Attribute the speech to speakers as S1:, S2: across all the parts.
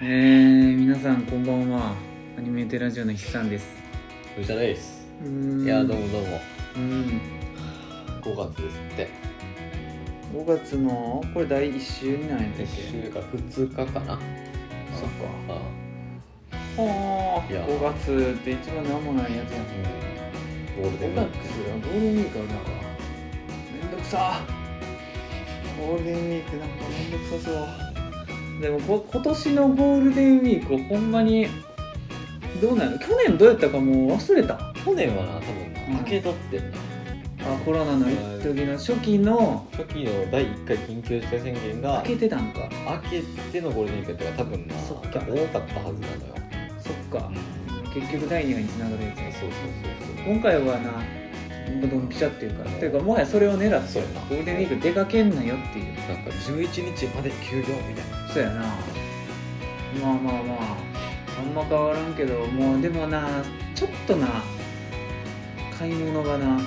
S1: えー、皆さんこんばんはアニメーテラジオの筆さんです
S2: 藤田です。
S1: うーん
S2: いやーどうもどうも。
S1: うん
S2: 5月ですって。
S1: 5月のこれ第1週になんやったっけ
S2: 1週か2日かな。
S1: そっか
S2: あ
S1: あ
S2: いや
S1: 5月って一番何もないやつやん
S2: ゴールデンウィ
S1: 5月
S2: ー
S1: はゴールデンウィークあるなめんどくさゴールデンウィークなんかめんどくさそうでもこ今年のゴールデンウィークほんまにどうなる去年どうやったかもう忘れたあ
S2: ク。去年はな多分
S1: うん
S2: な明け取ってんな。
S1: コロナの一時の初期の
S2: 初期の第1回緊急事態宣言が
S1: 開けてたんか
S2: 明けてのゴールデンウィークやったから多分な
S1: そっか
S2: 結構多かったはずなのよ。
S1: そっか結局第2話につながるやつ
S2: そう
S1: や
S2: そうそうそう。
S1: 今回はなドンピシャっていうかっていうかもはやそれを狙って
S2: そうやな
S1: ゴールデンウィーク出かけんなよっていう
S2: なんか11日まで休業みたいな。
S1: そうやなまあまあまああんま変わらんけどもうでもなちょっとな買い物がない
S2: や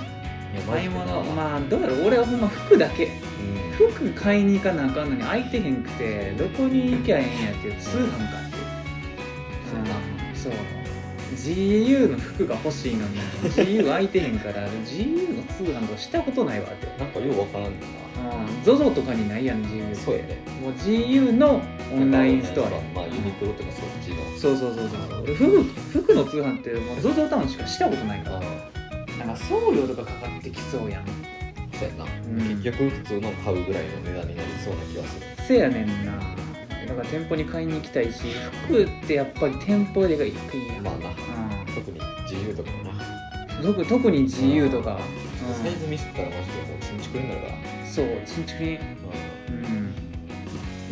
S2: マ
S1: 買
S2: ジ
S1: い
S2: でな
S1: 物まあどうやろう俺はほんま服だけ
S2: うん
S1: 服買いに行かなあかんのに空いてへんくてどこに行きゃええんやっていう通販かっていう
S2: そうやな
S1: うんそう GU の服が欲しいのに GU 空いてへんから GU の通販とかしたことないわって
S2: なんかようわからんねんな。
S1: ZOZO とかにないやん GU
S2: そうやね。
S1: もう GU のオンラインストア
S2: なん
S1: や
S2: かまあユニクロとかそっちの。
S1: そうそうそうそう俺服服の通販ってもう ZOZO タウンしかしたことないから
S2: あ
S1: なんか送料とかかかってきそうやん
S2: ーそうやな。
S1: うん
S2: 結局普通の買うぐらいの値段になりそうな気がする
S1: せやねんなだから店舗に買いに行きたいし服ってやっぱり店舗でがいいやん、
S2: まあな特に自由とかもな、
S1: うん、特特に GU とか、
S2: サイズミスったらマジでもう新築になるから、
S1: うん、そうちんちくにうん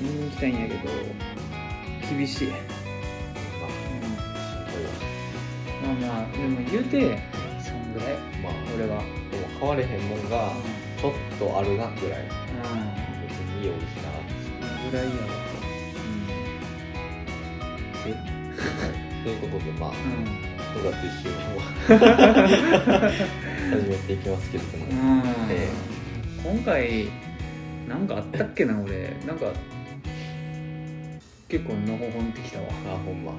S1: 見に行きたいんやけど厳しい、うん、
S2: まあしん
S1: まあまあでも言うてそんぐらい
S2: どいわまあ
S1: 俺は
S2: でも買われへんもんがちょっとあるなぐらい
S1: うん
S2: 別に良いしな
S1: ぐらいやわ
S2: えということでまあ5月1週目も 始めていきますけれども、
S1: うん、うん
S2: え
S1: 今回なんかあったっけな俺なんか結構のほほんってきたわ
S2: あほんま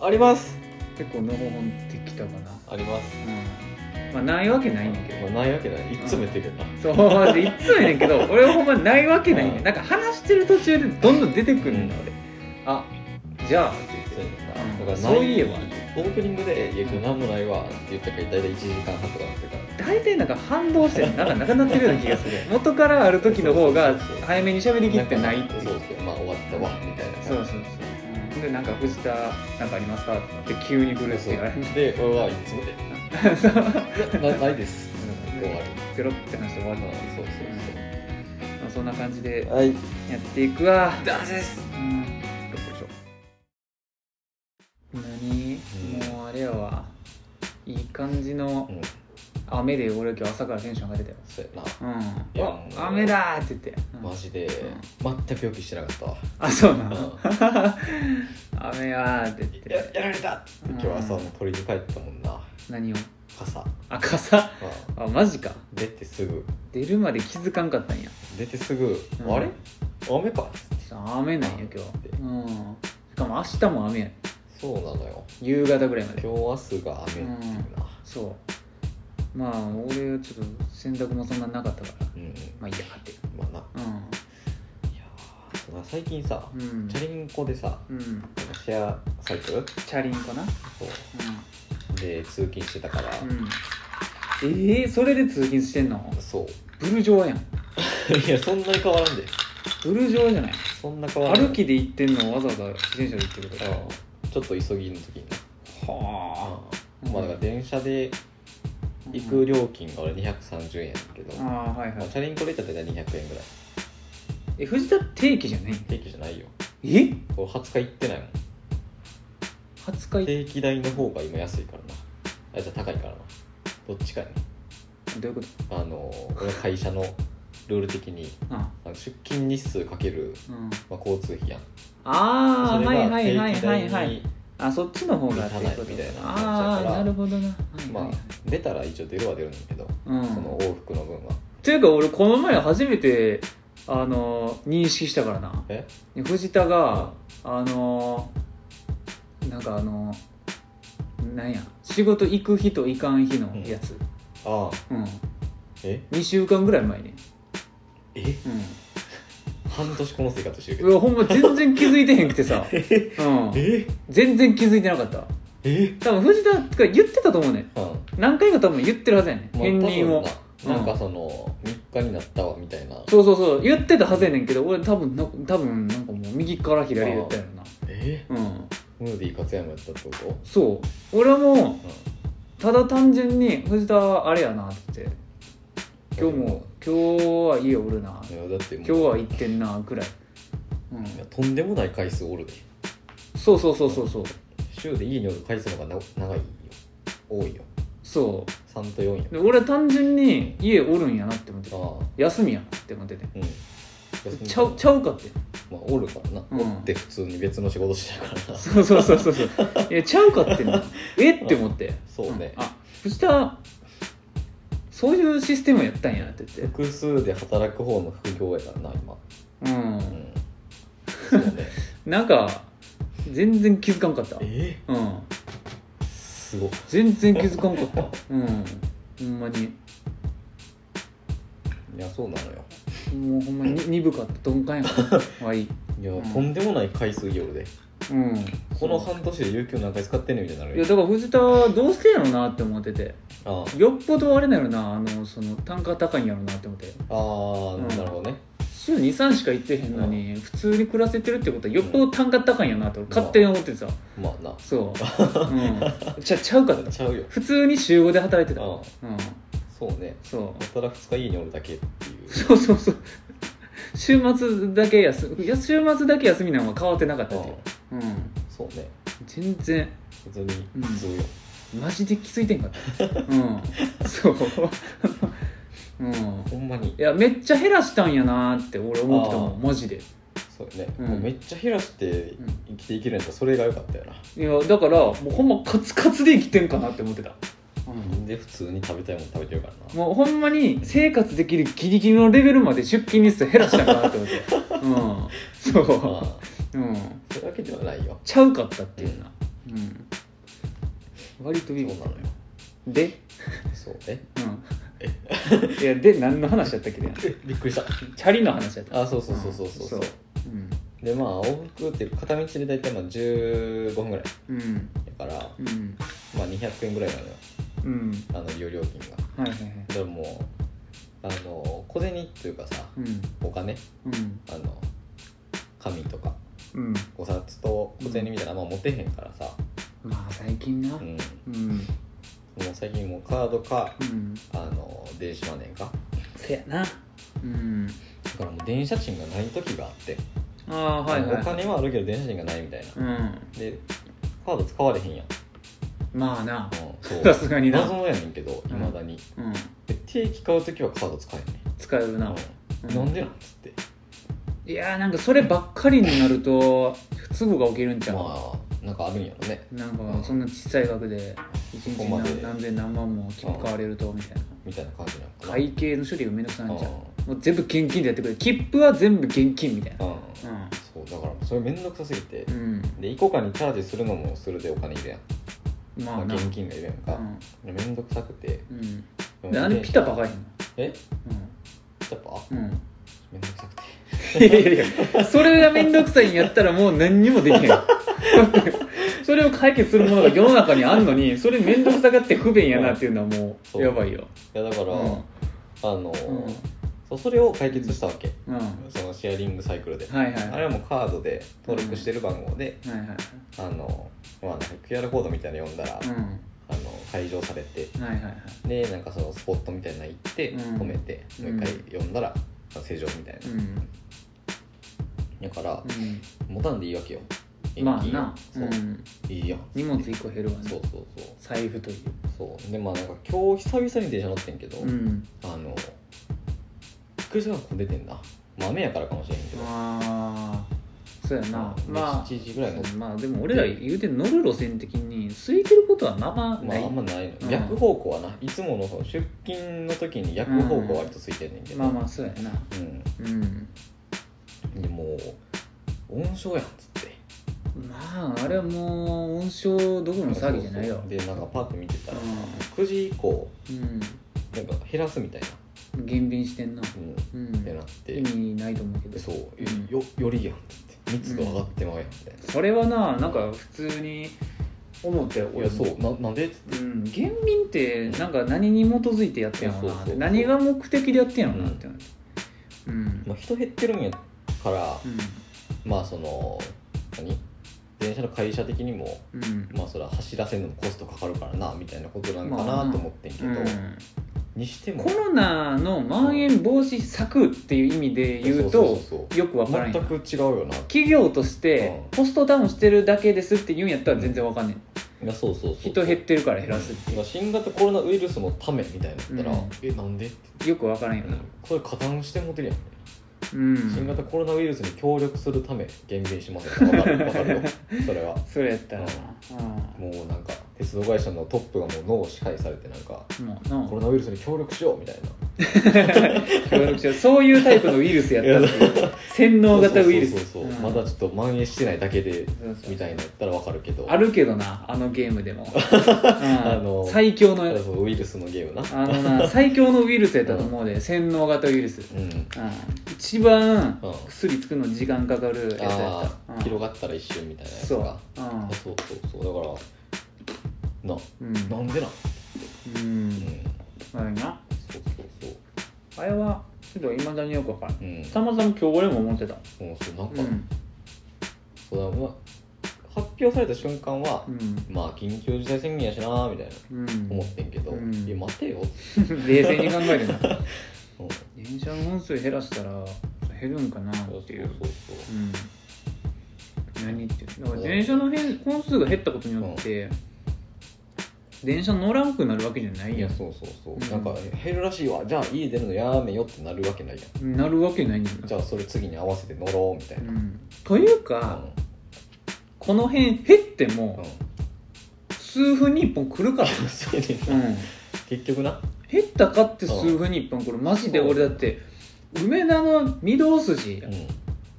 S1: うん
S2: あります
S1: 結構のほほんってきたかな
S2: あります
S1: うんまあないわけないねんけど
S2: まあないわけないいつも言ってるけどな、
S1: そうでいつもやねんけ ど俺はほんまないわけないね
S2: うんん
S1: なんか話してる途中でどんどん出てくるんだ俺あじゃあ
S2: そうやねんな
S1: う
S2: だ
S1: ん
S2: から
S1: そういえば
S2: オープニングで「いや今日何もないわ」って言ったから大体1時間半とかなってるから
S1: 大体なんか反動してなんかなくなってるような気 がする元からある時の方が早めに喋りきってないっていう
S2: そうそうまあ終わったわみたいな
S1: そうそうそうでなんか藤田なんかありますかってなって急にブルース
S2: そう
S1: 言われて
S2: で俺はいつもで
S1: そう
S2: 「ななないです」
S1: うん
S2: 終わる
S1: ペロって話して終わ
S2: ま
S1: る
S2: あ
S1: の、
S2: そうそう
S1: まあ、そんな感じで
S2: そうはい
S1: やっていくわ
S2: ダーです
S1: うん何もうあれやわいい感じの
S2: うん
S1: 雨で俺今日朝からテンション上がって
S2: そうや
S1: たよう
S2: い
S1: ん
S2: や
S1: わ雨だーって言って、うん
S2: なマジで全く予期してなかったわ
S1: あそうな
S2: う
S1: の
S2: ん
S1: 雨やーって言っ
S2: や
S1: て
S2: やられたって今日朝も取りに帰ったもんな
S1: 何を
S2: 傘
S1: あ傘
S2: う
S1: あマジか
S2: ん出てすぐ
S1: 出るまで気づかんかったんや
S2: 出てすぐ「
S1: うん
S2: あれ雨か」
S1: 雨なんや今日うんしかも明日も雨や
S2: そうなのよ
S1: 夕方ぐらいま
S2: 今日
S1: で
S2: 明日が雨っていうな
S1: そうまあ俺ちょっと洗濯もそんななかったから
S2: うん
S1: まあいいやって
S2: まあな
S1: う
S2: いやーそうだ最近さ、
S1: んうん
S2: チャリンコでさ
S1: うん
S2: シェアサイクル
S1: チャリンコな
S2: そうで通勤してたから、
S1: うん、うん、えー、それで通勤してんの
S2: そう
S1: ブルジョワやん
S2: いやそんなに変わらんで
S1: ブルジョワじゃない
S2: そんな変わらん
S1: 歩きで行ってんのをわざわざ自転車で行ってること
S2: うんちょっと急ぎの時にな
S1: かはあ
S2: まあだから電車で行く料金が俺230円やけど、ま
S1: ああはいは
S2: あ、
S1: い
S2: チャリンコで行ったら大体200円ぐらい
S1: え藤田定期じゃない
S2: 定期じゃないよ
S1: え
S2: 俺20日行ってないもん
S1: 20日行っ
S2: 定期代の方が今安いからなあじゃあ高いからなどっちかやね
S1: どういうこと
S2: あの俺会社のルール的に
S1: あ
S2: あの出勤日数かける、
S1: うん
S2: まあ、交通費やん
S1: ああ
S2: そ
S1: は
S2: れ
S1: い
S2: が
S1: はいはい
S2: 定期
S1: は
S2: 代
S1: い
S2: に
S1: はいあそっちの方がってこと
S2: みたいな
S1: ああなるほどな、はいはい
S2: ま
S1: はい
S2: あ出たら一応出るは出るんだけど、
S1: うん
S2: その往復の分は
S1: ていうか俺この前初めてあの認識したからな
S2: え
S1: 藤田があのなんかあのなんや仕事行く日と行かん日のやつ、
S2: ああ
S1: うん
S2: え
S1: 2週間ぐらい前に、
S2: え
S1: う
S2: 半年この生活してるけ
S1: ん、う
S2: ど
S1: わほんま全然気づいてへんくて さ、
S2: え
S1: うん、
S2: え
S1: 全然気づいてなかった
S2: え
S1: 多分藤田が言ってたと思うねん
S2: うん
S1: 何回か多分言ってるはずやねん
S2: まあ
S1: 片鱗を
S2: 多分ななんかその3日になったわみたいな
S1: そうそうそう言ってたはずやねんけど俺多分な多分なんかもう右から左言ったよな
S2: え
S1: うん
S2: ムーディー勝山やったってこ
S1: そう俺はも
S2: と
S1: うただ単純に藤田あれやなって言って今日も今日は家おるな
S2: うんいやだってもう
S1: 今日は行ってんなぐらい、う
S2: いや
S1: ん、
S2: とんでもない回数おるで
S1: そうそうそうそうそう
S2: 週で家におる回数の方がな長いよ多いよ
S1: そ
S2: 3と4や
S1: うで俺は単純に家おるんやなって思ってた
S2: ああ
S1: 休みやなって思ってて
S2: うん休み
S1: ちゃうちゃうかって
S2: まあおるからな、
S1: うん
S2: おって普通に別の仕事してるからな
S1: そうそうそうそう そういやちゃうかってなえって思って
S2: そうね
S1: んあ藤田そういうシステムやったんやって言って
S2: 複数で働く方の副業やからな
S1: う
S2: 今うんんそう ね
S1: なんか全然気づかんかった
S2: え
S1: うん
S2: すごっ
S1: 全然気づかんかったうんほんまに
S2: いやそうなのよ
S1: もうほんまに鈍かった鈍感や からはい
S2: いや、
S1: うん
S2: とんでもない回数夜で
S1: うん
S2: この半年で有給何回使ってんねんみたいになる
S1: いやだ
S2: よ
S1: から藤田どうしてやろうなって思ってて
S2: あ
S1: よっぽどあれなのなあのその単価高いんやろうなって思って
S2: あああ、
S1: うん
S2: なるほどね
S1: 週23しか行ってへんのに、普通に暮らせてるってことはよっぽど単価高いんやなって俺勝手に思ってた、
S2: まあな
S1: そう、うん、ちゃちゃうかった
S2: ちゃうよ
S1: 普通に週5で働いてた
S2: ああ
S1: うん
S2: そうね
S1: そ
S2: 働く2日家におるだけっていう
S1: うそうそうそう週末だけ休いや週末だけ休みなんは変わってなかったっていう
S2: あ、
S1: うん、
S2: そうね
S1: 全然
S2: 普通に普通よ、
S1: マジで気づいてんかったうんそううん
S2: ほんまに
S1: いやめっちゃ減らしたんやなって俺思ってたも
S2: ああ
S1: んマジで
S2: そうね、
S1: うん
S2: もうめっちゃ減らして
S1: うん
S2: 生きていけるんやったらそれが良かったよない
S1: やだからもうほんまカツカツで生きてんかなって思ってた、
S2: で普通に食べたいもの食べてるからな
S1: もうほんまに生活できるギリギリのレベルまで出勤日数減らしたんかなって 思ってうん
S2: ま
S1: そ
S2: あ
S1: う、うん、
S2: それだけではないよ
S1: ちゃうかったっていうな、うん割とい
S2: そうないのよ
S1: で、
S2: そうえ
S1: うん、 いやで何の話やったっけね
S2: びっくりした
S1: チャリの話やった
S2: あそうそうそうそうそうそう、
S1: うん
S2: でまあ往復っていうか片道で大体まあ15分ぐらい
S1: うん
S2: だから
S1: うん
S2: まあ200円ぐらいなのよ
S1: うん
S2: あの利用料金が
S1: はいはいはい
S2: でももうあの小銭っていうかさ
S1: うん
S2: お金
S1: うん
S2: あの紙とか
S1: うん
S2: お札と小銭みたいなのあんま持てへんからさ、
S1: まあ最近な
S2: うん、
S1: うん
S2: もう最近もうカードか
S1: うん
S2: あの電子マネーか
S1: せやなうん
S2: だからもう電車賃がない時があって、
S1: ああはいはい
S2: お金はあるけど電車賃がないみたいな、
S1: うん
S2: でカード使われへんやん、
S1: まあな
S2: うん、
S1: さすがにな
S2: 謎やねんけどいまだに、
S1: うん
S2: で定期買う時はカード使えんね
S1: 使えるな、
S2: ん、
S1: う
S2: なんでなんつって
S1: いやーなんかそればっかりになると不都合が起きるんちゃう、
S2: まあなんかあるんやろね
S1: なんかそんな小さい額で一
S2: こ
S1: 日
S2: まで
S1: 何何千何万も切符買われるとみたいな
S2: みたいな感じなのかな
S1: 会計の処理がめんどくさ
S2: う
S1: なんっちゃうもう全部現金でやってくれ切符は全部現金みたいな
S2: うんそうだからそれめんどくさすぎて、
S1: うん、
S2: でイコカにチャージするのもそれでお金いるやん、
S1: うん、まあ
S2: ま
S1: な
S2: あ、現金がいるやんか、でめんどくさくて
S1: うん、
S2: で
S1: う
S2: も
S1: ん、であれピタパかいの
S2: えやっぱ
S1: うん、うん
S2: めんどくさくて
S1: いやいやいやそれが面倒くさいんやったらもう何にもできへん それを解決するものが世の中にあんのにそれ面倒くさがって不便やなっていうのはも
S2: そう
S1: うやばいよ
S2: いやだから、
S1: うん
S2: あの
S1: うん
S2: そうそれを解決したわけ、
S1: うんは
S2: そのシェアリングサイクルで、
S1: いはい
S2: あ
S1: は
S2: れはもうカードで登録してる番号で、
S1: いはい
S2: あのまあなんか QR コードみたいなの読んだら、
S1: うん
S2: あの解錠されて
S1: はいはいはい
S2: でなんかそのスポットみたいなの行って、
S1: うん
S2: 止めてもう一回読んだら、正常みたいな
S1: う、ん
S2: だから、
S1: う
S2: 持たんでいいわけよ
S1: んまあな、
S2: そうう、
S1: ん、
S2: いいやん
S1: 荷物1個減るわ
S2: そう
S1: ね
S2: そうそう
S1: 財布という
S2: そうでまあなんか今日久々に電車乗ってんけど、
S1: うん
S2: あのびっくりしたの混んでてんなまあ雨やからかもしれへんけど
S1: ああそうやな
S2: うん
S1: まあ
S2: 7時ぐらいが
S1: そうまあでも俺ら言うて乗る路線的に空いてることはまあまあ
S2: ま
S1: な
S2: あ
S1: い、
S2: あんまないの、
S1: うん
S2: 逆方向はないつもの方出勤の時に逆方向は割とついてんねんけど、
S1: まあまあそうやな
S2: うん
S1: うん
S2: でもう温床やんっつって
S1: まああれはもう温床どころの騒ぎじゃないよ
S2: でなんかパッと見てたら、9時以降
S1: うん、
S2: なんか減らすみたいな、
S1: うん、減便してんな
S2: うん、っ
S1: うん
S2: てなって、
S1: 意味ないと思うけ
S2: で
S1: ど
S2: そうえ
S1: うん
S2: よよりやんっつって密度上がってまうやんみたいな、
S1: それはななんか普通に思ったよ
S2: い
S1: 俺
S2: や
S1: も
S2: そうななんでっつって
S1: うん、減便ってなんか何に基づいてやってんのかな
S2: そうそうそう
S1: 何が目的でやってんのかなってなってうん
S2: まあ、人減ってるんやから、
S1: う
S2: まあその何電車の会社的にも
S1: んうん
S2: まあそれは走らせるのもコストかかるからなみたいなことなんか
S1: まあ
S2: な
S1: な
S2: と思ってんけど、
S1: うん
S2: にしても
S1: コロナのまん延防止策っていう意味で言うと
S2: そうそう
S1: よくわからん
S2: そ
S1: よ
S2: う全く違うよな
S1: 企業として
S2: うん
S1: コストダウンしてるだけですって言うんやったら全然わかんねん
S2: いやそうそうそう
S1: 人減ってるから減らすっ
S2: いや新型コロナウイルスのためみたいなのやったら、
S1: うん
S2: えなんでって
S1: てよくわからんよな
S2: それ加担してもてるやん、
S1: うん
S2: 新型コロナウイルスに協力するため減便しませんわかるわか るよそれは
S1: それやったらなう
S2: もうなんか鉄道会社のトップがもう脳を支配されてなんか
S1: んもうな
S2: コロナウイルスに協力しようみたいな
S1: 協力しようそういうタイプのウイルスやったっていう洗脳型ウイルス
S2: そうそうそうそう
S1: うん
S2: まだちょっと蔓延してないだけで
S1: そうそう
S2: みたいなやったらわかるけど
S1: あるけどなあのゲームで も、うん
S2: あの
S1: 最強の
S2: あそうウイルスのゲームな
S1: あのな最強のウイルスやったと思うで洗脳型ウイルス、
S2: うん
S1: うん、一番
S2: うん
S1: 薬つくのに時間かかるやつや
S2: あ
S1: った、
S2: あ
S1: うん
S2: 広がったら一瞬みたいなやつ
S1: そう
S2: があそうそうそうだからな
S1: うんうん
S2: なんでなん
S1: うん悪いな
S2: そうそうそう
S1: あれはちょっといまだによくわからん
S2: うん
S1: たまたま今日俺も思ってた
S2: もうそうなん
S1: う
S2: か、
S1: ん
S2: そうだまあ発表された瞬間は、
S1: うん
S2: まあ緊急事態宣言やしなーみたいな
S1: うん
S2: 思ってんけど、
S1: うん
S2: いや待てよ、
S1: 冷静に考えるな
S2: うん、
S1: 電車の本数減らしたら減るんかな
S2: そう
S1: っ
S2: そ
S1: て
S2: う
S1: いう
S2: そ
S1: う
S2: う
S1: ん何っていうだから電車の変本数が減ったことによって電車乗らんくなるわけじゃない
S2: い
S1: や
S2: や
S1: ん
S2: そうそうそう、
S1: うん
S2: なんか減るらしいわじゃあ家出るのやめよってなるわけないやん
S1: なるわけないんだよな
S2: じゃあそれ次に合わせて乗ろうみたいうな、
S1: んというか、この辺減って
S2: うんう
S1: も
S2: ん、
S1: 数分に1本来るから、
S2: そうやねんな
S1: うん、
S2: 結局な
S1: 減ったかって数分に1本来るマジで俺だって梅田の御堂筋
S2: うん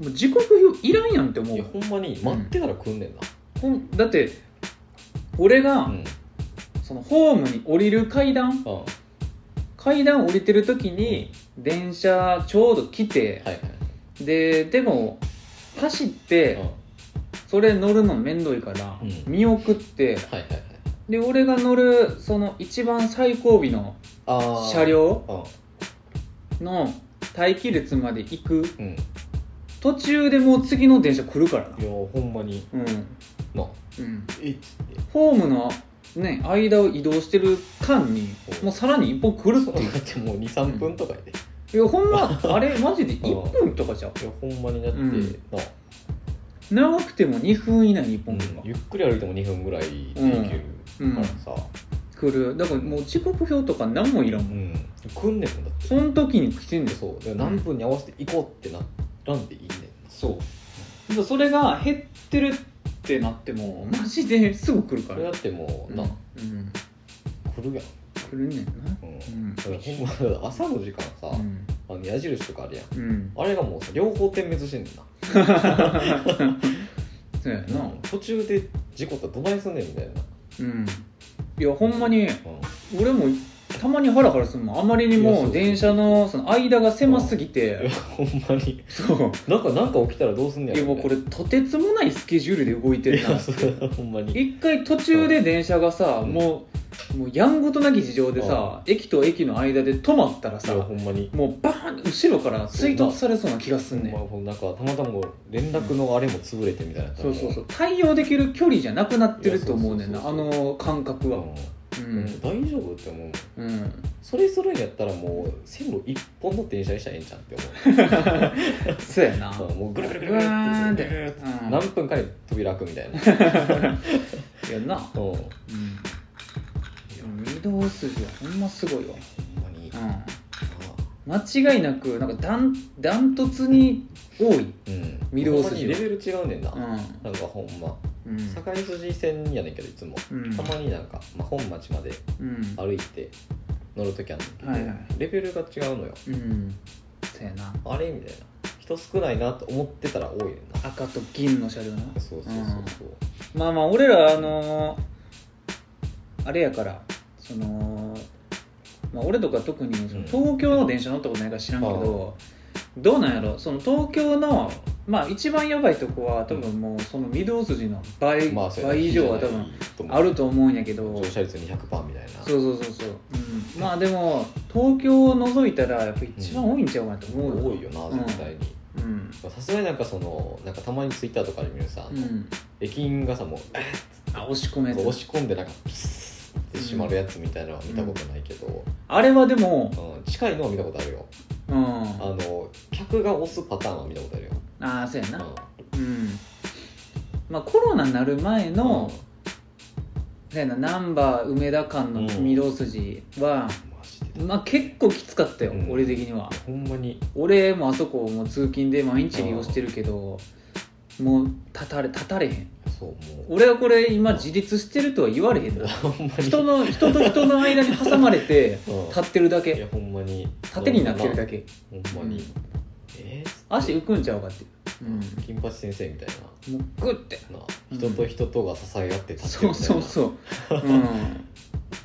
S1: もう時刻表いらんやんって思
S2: いうやほんまに待ってたら来んねんな
S1: ほんだって俺が
S2: うん、うん
S1: そのホームに降りる階段
S2: は
S1: 階段降りてる時に電車ちょうど来て
S2: いはい
S1: ででも走って
S2: うん
S1: それ乗るの面倒いから
S2: うん
S1: 見送って
S2: はいはいはい
S1: で俺が乗るその一番最後尾の
S2: あー
S1: 車両
S2: う
S1: の待機列まで行く
S2: んうんい
S1: 途中でもう次の電車来るからな
S2: やほんまに
S1: うん
S2: な
S1: うん
S2: えっつって
S1: ホームのね間を移動してる間にもうさらに一本来るっていう
S2: だってもう23分とかやで、
S1: いやほんまあれマジで1分とかじゃん
S2: いやほんまにだって、
S1: うん
S2: な
S1: 長くても2分以内に1
S2: う
S1: 本
S2: ん
S1: 来るわ
S2: ゆっくり歩いても2分ぐらいで行けるからさ、
S1: 来るだからもう時刻表とか何もいらん
S2: う
S1: もん
S2: ん来んねんもんだって
S1: その時に来てんです
S2: そうだから何分に合わせて行こうってならんでいいねんそう
S1: よそれが減ってるってなってもマジですぐ来るか
S2: これだ
S1: ら
S2: ってもう
S1: うん
S2: な、
S1: うん
S2: 来るやん
S1: 来るねんな
S2: うん
S1: うん
S2: だからほんまだから朝の時間
S1: う
S2: さ、
S1: ん
S2: あの矢印とかあるやん
S1: うん
S2: あれがもうさ両方点滅してんねんな
S1: そうやな
S2: 途中で事故ったらどないすんねんみたいな
S1: うんいやほんまに
S2: うん
S1: 俺もたまにハラハラするもんあまりに
S2: いや
S1: も
S2: そうそう
S1: 電車のその間が狭すぎ
S2: いや
S1: て
S2: ほんまに
S1: そう
S2: なんかなんか起きたらどうすんねん
S1: いやもうこれとてつもないスケジュールで動いて
S2: い
S1: るな
S2: やそうほんまに
S1: 一回途中で電車がさ、
S2: うん
S1: もうもうやんごとなき事情でさ、駅と駅の間で止まったら
S2: い
S1: さ
S2: やほんまに
S1: もうバーン後ろから追突されそうな気がすんね
S2: ほ
S1: ん
S2: んまほんなんかたまたまもう連絡のあれも潰れてみたいな
S1: そうそうそうう対応できる距離じゃなくなってると思うねん
S2: い
S1: な
S2: や
S1: あ
S2: そうそう
S1: の感覚はう
S2: うん
S1: ん
S2: 大丈夫って思う
S1: うん
S2: それするんやったらもう線路一本の電車にしたらええんちゃんって
S1: そうやな
S2: 思うもうぐるぐるぐ
S1: う
S2: るぐ
S1: わ
S2: るって
S1: ーんって
S2: ぐるぐるって
S1: うん
S2: 何分かで扉開くみたいな
S1: やんな
S2: うんほ
S1: う
S2: ん
S1: ん移動筋はほんますごいわ
S2: まに
S1: うん間違いなくなんかダンダントツに多い
S2: うん
S1: 御堂筋
S2: ほんまにレベル違うねんな、なんかほんま
S1: うんうん
S2: 堺筋線やねんけどいつも、
S1: うん
S2: たまになんか、まあ、本町まで
S1: うん
S2: 歩いて乗るときあるんだけど、
S1: はいはい
S2: レベルが違うのよ
S1: うんそうやな
S2: あれみたいな人少ないなと思ってたら多いねんな
S1: 赤と銀の車両な
S2: そうそうそうそう、
S1: まあまあ俺らあのーあれやからそのまあ俺とか特にその
S2: うん
S1: 東京の電車乗ったことないから知らんけど、どうなんやろその東京のまあ一番やばいとこは多分もうその御堂筋の倍,、
S2: まあそうやな
S1: 倍以上は多
S2: い
S1: 分
S2: いと思う
S1: あると思うんやけど
S2: 乗車率200%みたいな
S1: そうそうそうそう、うん、まあでも東京を除いたらやっぱ一番多いんちゃうかなと思うよ
S2: 多いよな絶対に
S1: うん
S2: さすがになんかそのなんかたまにツイッターとかで見るさ、あ
S1: う
S2: の
S1: ん
S2: 駅員がさもうえっ
S1: あ押し込め
S2: こ
S1: ず
S2: う押し込んでなんかピスッって閉まるやつみたいなのは見たことないけど、
S1: あれはでも
S2: うん近いのは見たことあるよ
S1: うん
S2: あ
S1: あ
S2: の客が押すパターンは見たことあるよ、
S1: あーそうやな、う
S2: う
S1: んまあコロナになる前
S2: ん
S1: の、そうやなナンバー梅田間の御堂筋は、
S2: うんマジで
S1: まあ結構きつかったよ、
S2: うん
S1: 俺的には
S2: ほんまに
S1: 俺もあそこもう通勤で毎日利用してるけどもう立たれ立たれへん
S2: そうもう
S1: 俺はこれ今自立してるとは言われへんな
S2: ほんまに
S1: 人の人と人の間に挟まれて
S2: うん
S1: 立ってるだ
S2: い
S1: け
S2: やほんまに
S1: 縦になってるだけ
S2: ほんまに、
S1: うん
S2: えー
S1: 足浮くんちゃうかってう
S2: 金八先生みたい
S1: んもうグッて
S2: なな
S1: うん
S2: 人と人とが支え合って立って
S1: そ
S2: る
S1: う
S2: みたい
S1: そう
S2: な
S1: そううん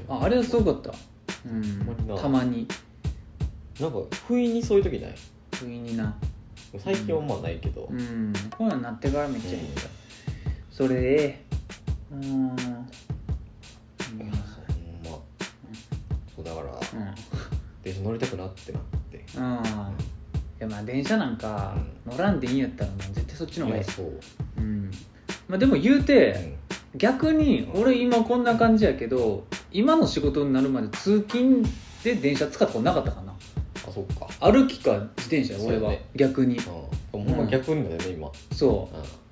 S1: ああれはすごかった、うん、たまに
S2: なんか不意にそういう時ない
S1: 不意にな
S2: 最近はまあないけど、
S1: うんコロナになってからめっちゃいい、
S2: うん
S1: それでうん
S2: いやほんまそうだから電車乗りたくなってなって
S1: うん、うん、いやまあ電車なんか乗らんでいいんやったらもう絶対そっちの方がいい
S2: いや、そう、
S1: うんまあ、でも言うて、逆に俺今こんな感じやけど今の仕事になるまで通勤で電車使ったことなかったかな
S2: あそっか
S1: 歩きか自転車俺
S2: そう
S1: は、
S2: やね
S1: 逆に
S2: うんほんま逆にだよね今
S1: そ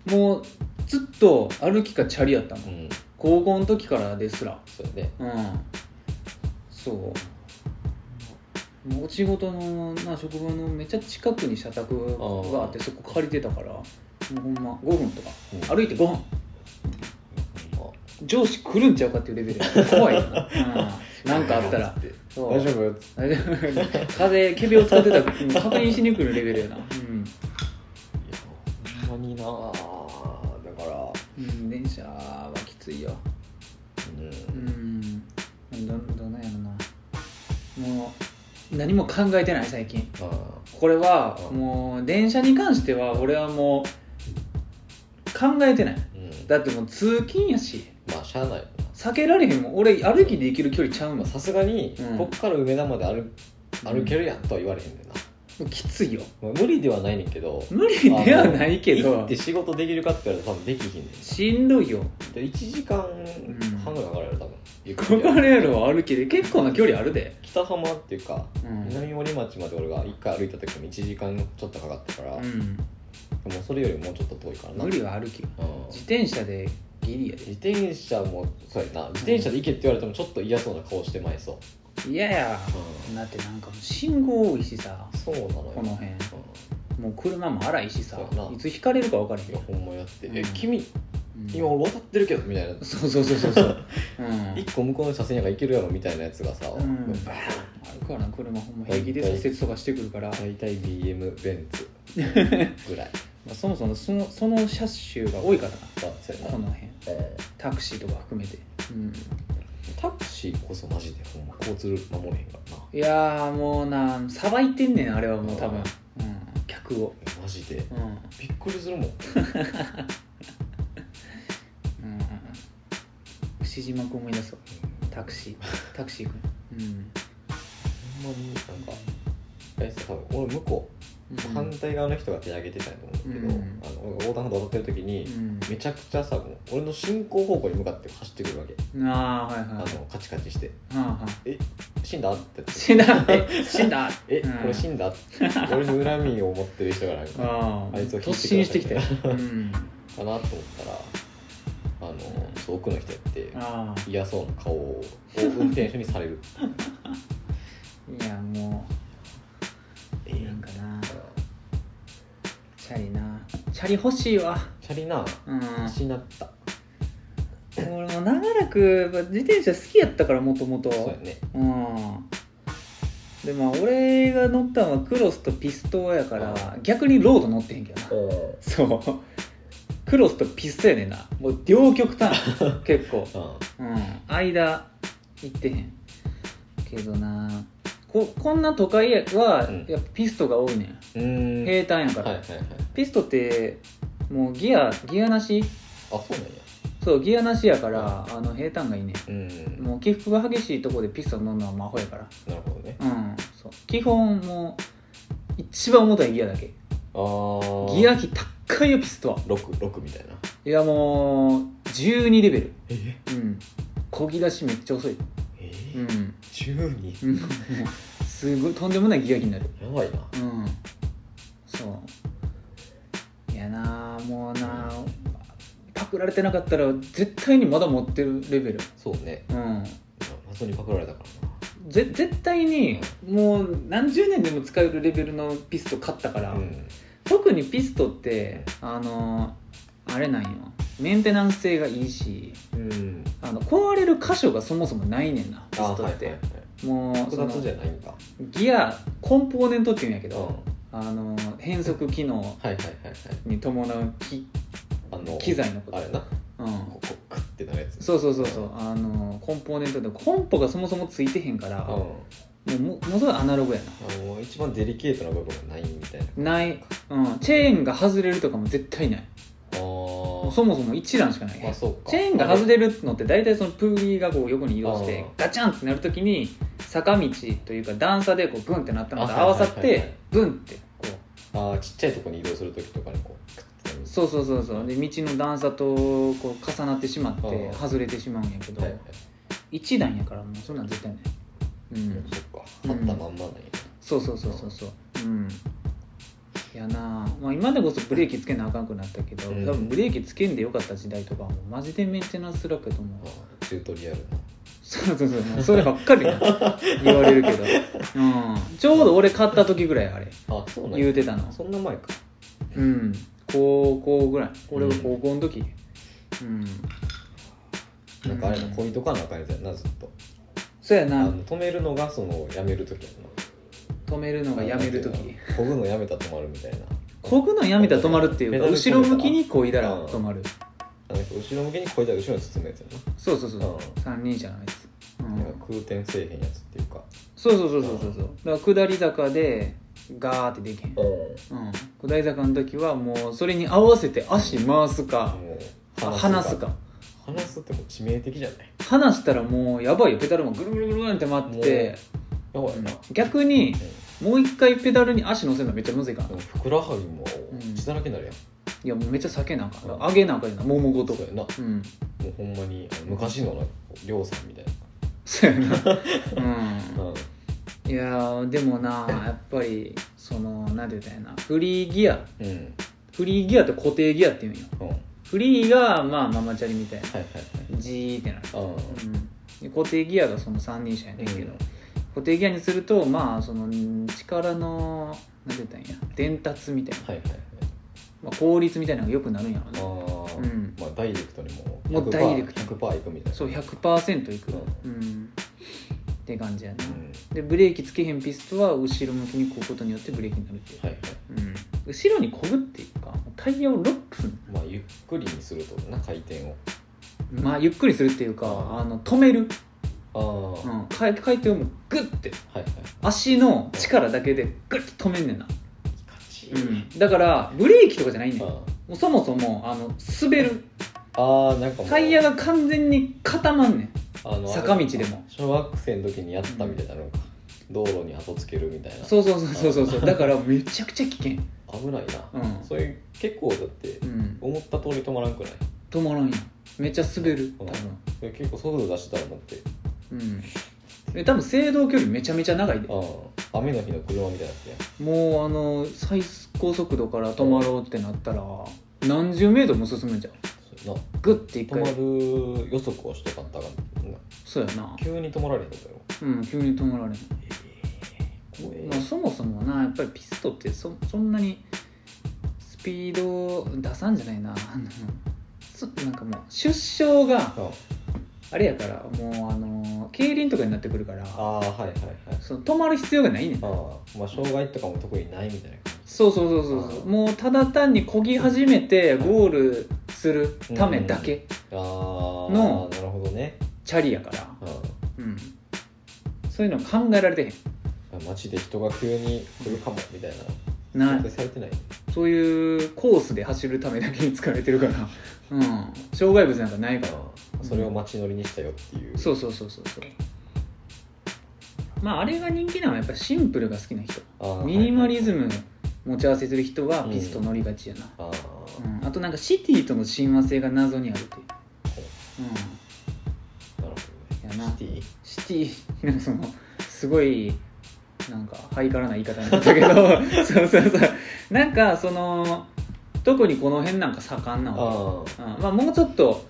S2: うん
S1: うもうずっと歩きかチャリやったもん
S2: うん
S1: 高校の時からですら
S2: そうやね
S1: うんそうもう仕事のな職場のめっちゃ近くに社宅があって
S2: あー
S1: そこ借りてたからもうほんま5分とか
S2: うん
S1: 歩いて5分
S2: ほんま
S1: 上司来るんちゃうかっていうレベルや怖いよな、うん、 なんかあったら
S2: つて
S1: そう
S2: 大丈夫つっ
S1: 大
S2: て
S1: 丈夫 風ケビを使ってたらうん確認しに来るレベルやなうん、
S2: いやほんまになだから
S1: うん、電車はきついよ
S2: う
S1: うんんどどんなんやろなもう何も考えてない最近
S2: あ
S1: これは
S2: うん
S1: もう電車に関しては俺はもう考えてない
S2: ーうん
S1: だってもう通勤やし
S2: まあしゃあないよな
S1: 避けられへんもん俺歩きで行ける距離ちゃうも
S2: まあ
S1: ん
S2: さすがに、
S1: うん
S2: こっから梅田まで歩歩けるやんとは言われへんねんな、
S1: きついよ
S2: まあ無理ではないねんけど
S1: 無理ではないけ
S2: あの行
S1: ど
S2: って仕事できるかって言われたら多分できひんねんな
S1: しんどいよ
S2: で1時間半ぐらいかかるやろ多分ゆっく
S1: こ
S2: り
S1: こ
S2: やる
S1: レールを歩きで結構な距離あるで
S2: 北浜っていうか
S1: うん
S2: 南森町まで俺が1回歩いた時も1時間ちょっとかかったから、
S1: うん
S2: でもそれよりもうちょっと遠いからな
S1: 無理は歩きよ
S2: うん
S1: 自転車でギリや
S2: 自転車もそうやな自転車で行けって言われてもちょっと嫌そうな顔してまいそう、
S1: でいやや
S2: う
S1: だってなんかもう信号多いしさ
S2: ん、そうなのよ
S1: この辺もう車も荒いしさ
S2: そうやない
S1: つ引かれるか分からへん
S2: うんいや
S1: よ、
S2: ほんまやって「
S1: うん
S2: え君
S1: うん
S2: 今俺渡ってるけど」みたいな
S1: そうそうそうそう そう、うん、
S2: 一個向こうの車線やから行けるやろみたいなやつがさ、
S1: うん
S2: バーン
S1: あるからな車ほんま平気で左折とかしてくるから、ま
S2: 大体 BM ベンツ ぐらい
S1: あ、そもそもそのその車種が多いからな
S2: あそうやな
S1: この辺
S2: え
S1: タクシーとか含めて、うん、
S2: ータクシーこそマジでほんま交通ルール守れへんからない
S1: やーもうなさばいてんねんあれはもう多分、うん、客を
S2: マジで
S1: うん、うん、
S2: びっくりするもん
S1: 牛島君思い出そうタクシー タクシー君
S2: ほんまになんかあれさ多分俺向こ
S1: うん
S2: う反対側の人が手挙げてたんやと思うんだけど、
S1: うん
S2: あの俺が横断歩道渡ってる時に、
S1: うん
S2: めちゃくちゃさもう俺の進行方向に向かって走ってくるわけ、
S1: うんああはいはい
S2: あのカチカチして
S1: はあはあ
S2: 「死んだ?」って
S1: 死んだ え死んだ
S2: 「え、これ死
S1: ん
S2: んだ?」って俺に恨みを持ってる人がなんか
S1: ああ
S2: あいつを
S1: 突進してきて
S2: 引いてく
S1: うん
S2: かなと思ったらあのちょっと奥の人やって
S1: ああ
S2: 嫌そうな顔を運転手にされ る
S1: いやも
S2: え
S1: うなん
S2: ー
S1: かなちチャリなチャリ欲しいわ
S2: チャリな
S1: うん
S2: 失った
S1: 俺も長らくやっぱ自転車好きやったからもともと
S2: そうやね
S1: うんでまあ俺が乗ったのはクロスとピストやから逆にロード乗ってへんけどな
S2: お
S1: そうクロスとピストやねんなもう両極 端結構
S2: あ
S1: うん間行ってへんけどなここんな都会は
S2: うん
S1: やっぱピストが多いねん、
S2: うーんはい
S1: 平坦やから、
S2: はいはい
S1: ピストってもうギアギアなし
S2: あそうなんや
S1: そうギアなしやからあの平坦がいいね
S2: うーん
S1: んもう起伏が激しいとこでピスト乗るのは魔法やから
S2: なるほどね
S1: うんそう基本もう一番重たいギアだけ
S2: ああ
S1: ギア比高いよピストは
S2: 六六みたいない
S1: やもう12レベル
S2: え
S1: うん漕ぎ出しめっちゃ遅い
S2: え
S1: うん
S2: 十二
S1: うんすごいとんでもないギア比になる
S2: やばいな
S1: うんそういやなあもうなあパクられてなかったら絶対にまだ持ってるレベル
S2: そうね
S1: うん
S2: 謎にパクられたからな
S1: ぜ絶対にもう何十年でも使えるレベルのピスト買ったから、
S2: うん
S1: 特にピストってあのあれなんよメンテナンス性がいいし
S2: うん
S1: あの壊れる箇所がそもそもないねんなピ
S2: あ
S1: ス
S2: ー
S1: ト
S2: は
S1: っ
S2: いはい
S1: て
S2: はい
S1: もう
S2: 複
S1: その
S2: 雑じゃないんだ
S1: ギアコンポーネントっていうんやけ
S2: うん
S1: ど、
S2: は
S1: あの変速機能
S2: いはいはいはい
S1: に伴うき
S2: あの
S1: 機材のこと
S2: あれな
S1: うん
S2: ここクッてなるやつ
S1: そうそうそうそうあのコンポーネントでコンポがそもそもついてへんから
S2: うん
S1: もうもものすごいアナログやな
S2: あの一番デリケートな部分がないみたいな
S1: ない、うん、チェーンが外れるとかも絶対ない
S2: あ
S1: もう
S2: ー
S1: そもそも一覧しかない、
S2: まあそうか
S1: チェーンが外れるのって大体そのプーリーがこう横に移動し
S2: あ
S1: て
S2: ー
S1: ガチャンってなるときに坂道というか段差でこうブンってなったのと
S2: あ
S1: 合わさっ
S2: はいはいはいは
S1: て
S2: い
S1: ブンってこう
S2: あーちっちゃいとこに移動する時とかにこうクッてなる
S1: そうそうそうそうで道の段差とこう重なってしまっ
S2: あ
S1: て
S2: ー
S1: 外れてしまうんやけど
S2: はいはい
S1: 一段やからもうそんなん絶対ない、うん、
S2: そっか貼ったまんまなんや
S1: そうそうそうそうそううんいやなあ、まあ、今でこそブレーキつけなあかんくなったけど、
S2: うん
S1: 多分ブレーキつけんでよかった時代とかはもうマジでメンテナンス楽やと思う
S2: あーチュートリアルな
S1: そうそうそう、もうそればっかりな言われるけど、うん、ちょうど俺買った時ぐらいあれ
S2: あそうなんや
S1: 言うてたの
S2: そんな前か
S1: うん高校ぐらい俺が高校の時うん、
S2: なんかあれな
S1: うん
S2: 恋とかなあかんやつやなずっと
S1: そうや
S2: あ
S1: な
S2: の止めるのがそのやめる時や
S1: 止めるの
S2: な
S1: がやめる
S2: なんて
S1: 時
S2: いうの漕ぐのやめたら止まるみたいな
S1: こぐのやめたら止まるっていうか
S2: ペダ
S1: 後
S2: ルこ
S1: ろ
S2: いだら
S1: 向きにこいだら止まる
S2: あなんか後ろ向きにこいだら後ろに進むやつや
S1: そうそうそう
S2: な、うん
S1: 三輪車のやつ、う
S2: なん
S1: ん、
S2: か空転せえへんやつっていうか
S1: そうそうそうそうそうそうだから下り坂でガーってできへん、
S2: も
S1: うん、下り坂の時はもうそれに合わせて足回すか
S2: う
S1: あ離すか
S2: 話すってもう致命的じゃない
S1: 離したらもうやばいよペダルもぐるぐるぐるって回ってて、
S2: やばいな、
S1: 逆に
S2: う
S1: もう一回ペダルに足乗せるのめっちゃむずいから、
S2: ん、ふくらはぎも
S1: うん
S2: 血だらけになるやん、
S1: いやもうめっちゃ避けなあかん
S2: うん
S1: 上げなあかんやなももごと
S2: そうやなも
S1: うん
S2: うほんまにあの昔のなんかこうりょうさんみたい
S1: そうやな
S2: な、
S1: うん
S2: うん、
S1: いやーでもなやっぱりそのなんて言ったらいいなフリーギア
S2: うんうん
S1: フリーギアと固定ギアって言うんよ
S2: はい
S1: フリーがまあママチャリみたいな
S2: はい
S1: ジーってなる、
S2: はい
S1: うん、で固定ギアがその三輪車やねんけど、
S2: うん
S1: 固定ギアにするとまあそのうん力のなんて言ったらいいんや伝達みたいな
S2: はいはいはい
S1: まあ、効率みたいなのがよくなるんやろ
S2: あ
S1: な
S2: ー、
S1: うん
S2: まあダイレクトにも
S1: もうダイレクト
S2: 100%いくみたいな
S1: そう100%いくう、
S2: うん
S1: って感じやな、
S2: うん
S1: でブレーキつけへんピストは後ろ向きにこぐことによってブレーキになるっていう、
S2: はいはい
S1: うん、後ろにこぐっていうかタイヤをロックする
S2: まあゆっくりにするとな回転を
S1: まあゆっくりするっていうかあの止める、
S2: ああ、
S1: う
S2: はい
S1: ん、回回転をもうグッて
S2: はい
S1: 足の力だけでグッと止めんねんな、
S2: カチ
S1: だからブレーキとかじゃないねん
S2: あ
S1: も
S2: ー
S1: うそもそもあの滑る
S2: あーなんかもう
S1: タイヤが完全に固まんねん
S2: あの
S1: 坂道でも
S2: 小学生の時にやったみたいなのか、道路に後つけるみたいな
S1: そうそうそうそうそうそうだからめちゃくちゃ危険
S2: 危ない
S1: う
S2: な、
S1: ん
S2: それ結構だって
S1: うん
S2: 思った通り止まらんくない
S1: 止まらんやんめっちゃ滑る多
S2: うん
S1: 分
S2: それ結構速度出してたら思って
S1: うんえ多分制動距離めちゃめちゃ長いで
S2: ああ雨の日の車みたいなやつや
S1: もうあの最高速度から止まろうってなったら何十メートルも進むんじゃん
S2: そうやな
S1: グッて一回
S2: 止まる予測をしとかったからな
S1: そうやな
S2: 急に止まられへんのだよ
S1: うん急に止まられん
S2: 怖え
S1: まあ、そもそもなやっぱりピストってそそんなにスピード出さんじゃないなあのそなんかもう出生が
S2: あ
S1: あれやからもうあの競輪とかになってくるから
S2: あーはいはいはい
S1: その止まる必要がないねん
S2: ああまあ障害とかも特にないみたいな感
S1: そうそうそうそうそうもうただ単にこぎ始めてゴールするためだけ、
S2: じああ
S1: の
S2: なるほどね
S1: チャリやから、
S2: うん
S1: うん、そういうの考えられてへん
S2: 街で人が急に来るかもみたいな
S1: な
S2: 想定
S1: い
S2: されてない
S1: そういうコースで走るためだけに使われてるから、うん、障害物なんかないから
S2: あそれを街乗りにしたよっていう
S1: そううそうそうそうそうまああれが人気なのはやっぱシンプルが好きな人
S2: ああ
S1: ミニマリズ
S2: はい
S1: ム持ち合わせする人は
S2: うん
S1: ピスト乗りがちやな、
S2: はい
S1: う
S2: あ
S1: んあとなんかシティとの親和性が謎にあるっていう、うん、
S2: あなるほど
S1: や
S2: ね
S1: な
S2: シテ
S1: シテ
S2: ィ
S1: ィなんかそのすごいなんかハイカラな言い方になったけ どそうそうそうなんかその特にこの辺なんか盛んな
S2: あ
S1: わ
S2: あは
S1: け、うん、まあもうちょっと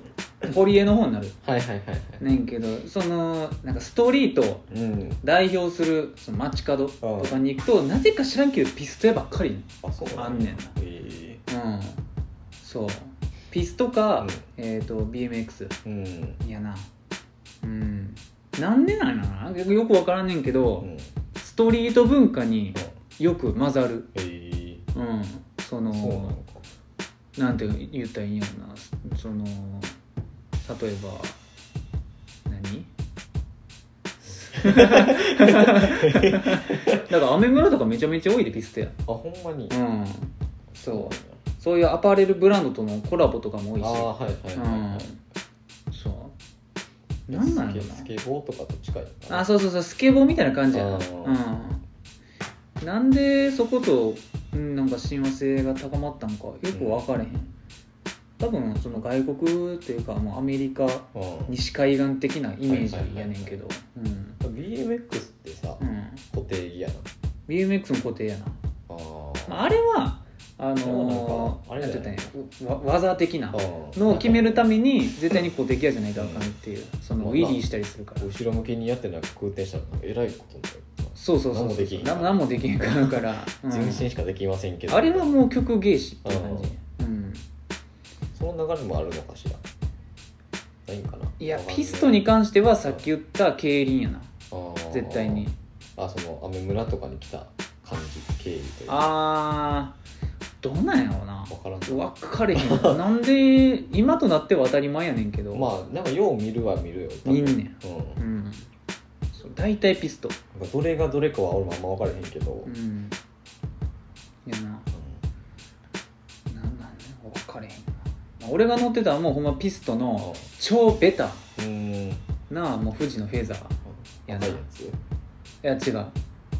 S1: 堀江の方になる
S2: いはいはいはい
S1: ねんけどそのなんかストリートを
S2: うん
S1: 代表するその街角とかに行くとなぜか知らんけどピスト屋ばっかり
S2: あそう
S1: あんねんな
S2: え
S1: うんそうピストか、
S2: うん
S1: えっ、と BMX
S2: えうん
S1: いやなうんなんでなんやろなよくわからんねんけど、
S2: うん
S1: ストリート文化に
S2: え
S1: よく混ざる、
S2: え
S1: うん、その
S2: そう
S1: な
S2: なのか
S1: んて言ったらいいんやろなその例えば何だからアメ村とかめちゃめちゃ多いでピストや
S2: あほんまに
S1: うんそうそういうアパレルブランドとのコラボとかも多いし
S2: ああはいはい
S1: うん
S2: はいはい
S1: そうなんなんやろな
S2: スケスケボーとかと近いのかな
S1: あそうそうそうスケボーみたいな感じやな
S2: あ
S1: うんなんでそことうんなんか親和性が高まったんかよく分かれへん、多分その外国っていうかもうアメリカ
S2: うん
S1: 西海岸的なイメージやねんけどうん、
S2: BMX ってさ
S1: うん、
S2: 固定義やな
S1: BMX の固定やな、
S2: あ
S1: ま
S2: ー
S1: あ、あれはあ
S2: それは
S1: のー、
S2: なんかあれ
S1: なん
S2: じ
S1: て
S2: ゃ
S1: 言
S2: ない
S1: ったんやわ技的な
S2: うん
S1: のを決めるために絶対に固定ギアじゃないとあかんっていうそのウィリーしたりするから
S2: 後ろ向きにやってなんか空転したらえらいことになる
S1: そうそうそう
S2: 何もできへん
S1: な何もできへんからから、 うん
S2: 全身しかできませんけど
S1: あれはもう曲芸師っていう感じ、うん、
S2: その流れもあるのかしらないんかないい
S1: やピストに関してはさっき言った競輪やな絶
S2: 絶
S1: 対に
S2: あその雨村とかに来た感じ経緯というか
S1: あーどうなんやろうな
S2: 分からん
S1: 分かれへん わなんで今となっては当たり前やねんけど、
S2: まあなんかよう見るは見るよ
S1: 見んねん
S2: うん
S1: うんそう大体ピスト
S2: なんかどれがどれかは俺もあんま分からへんけど、
S1: う
S2: うん
S1: んいやななんなんね分かれへんなまあ俺が乗ってたのはもうほんまピストの超ベタ
S2: うん
S1: なもう富士のフェザーやな
S2: 赤いやつ
S1: いや違う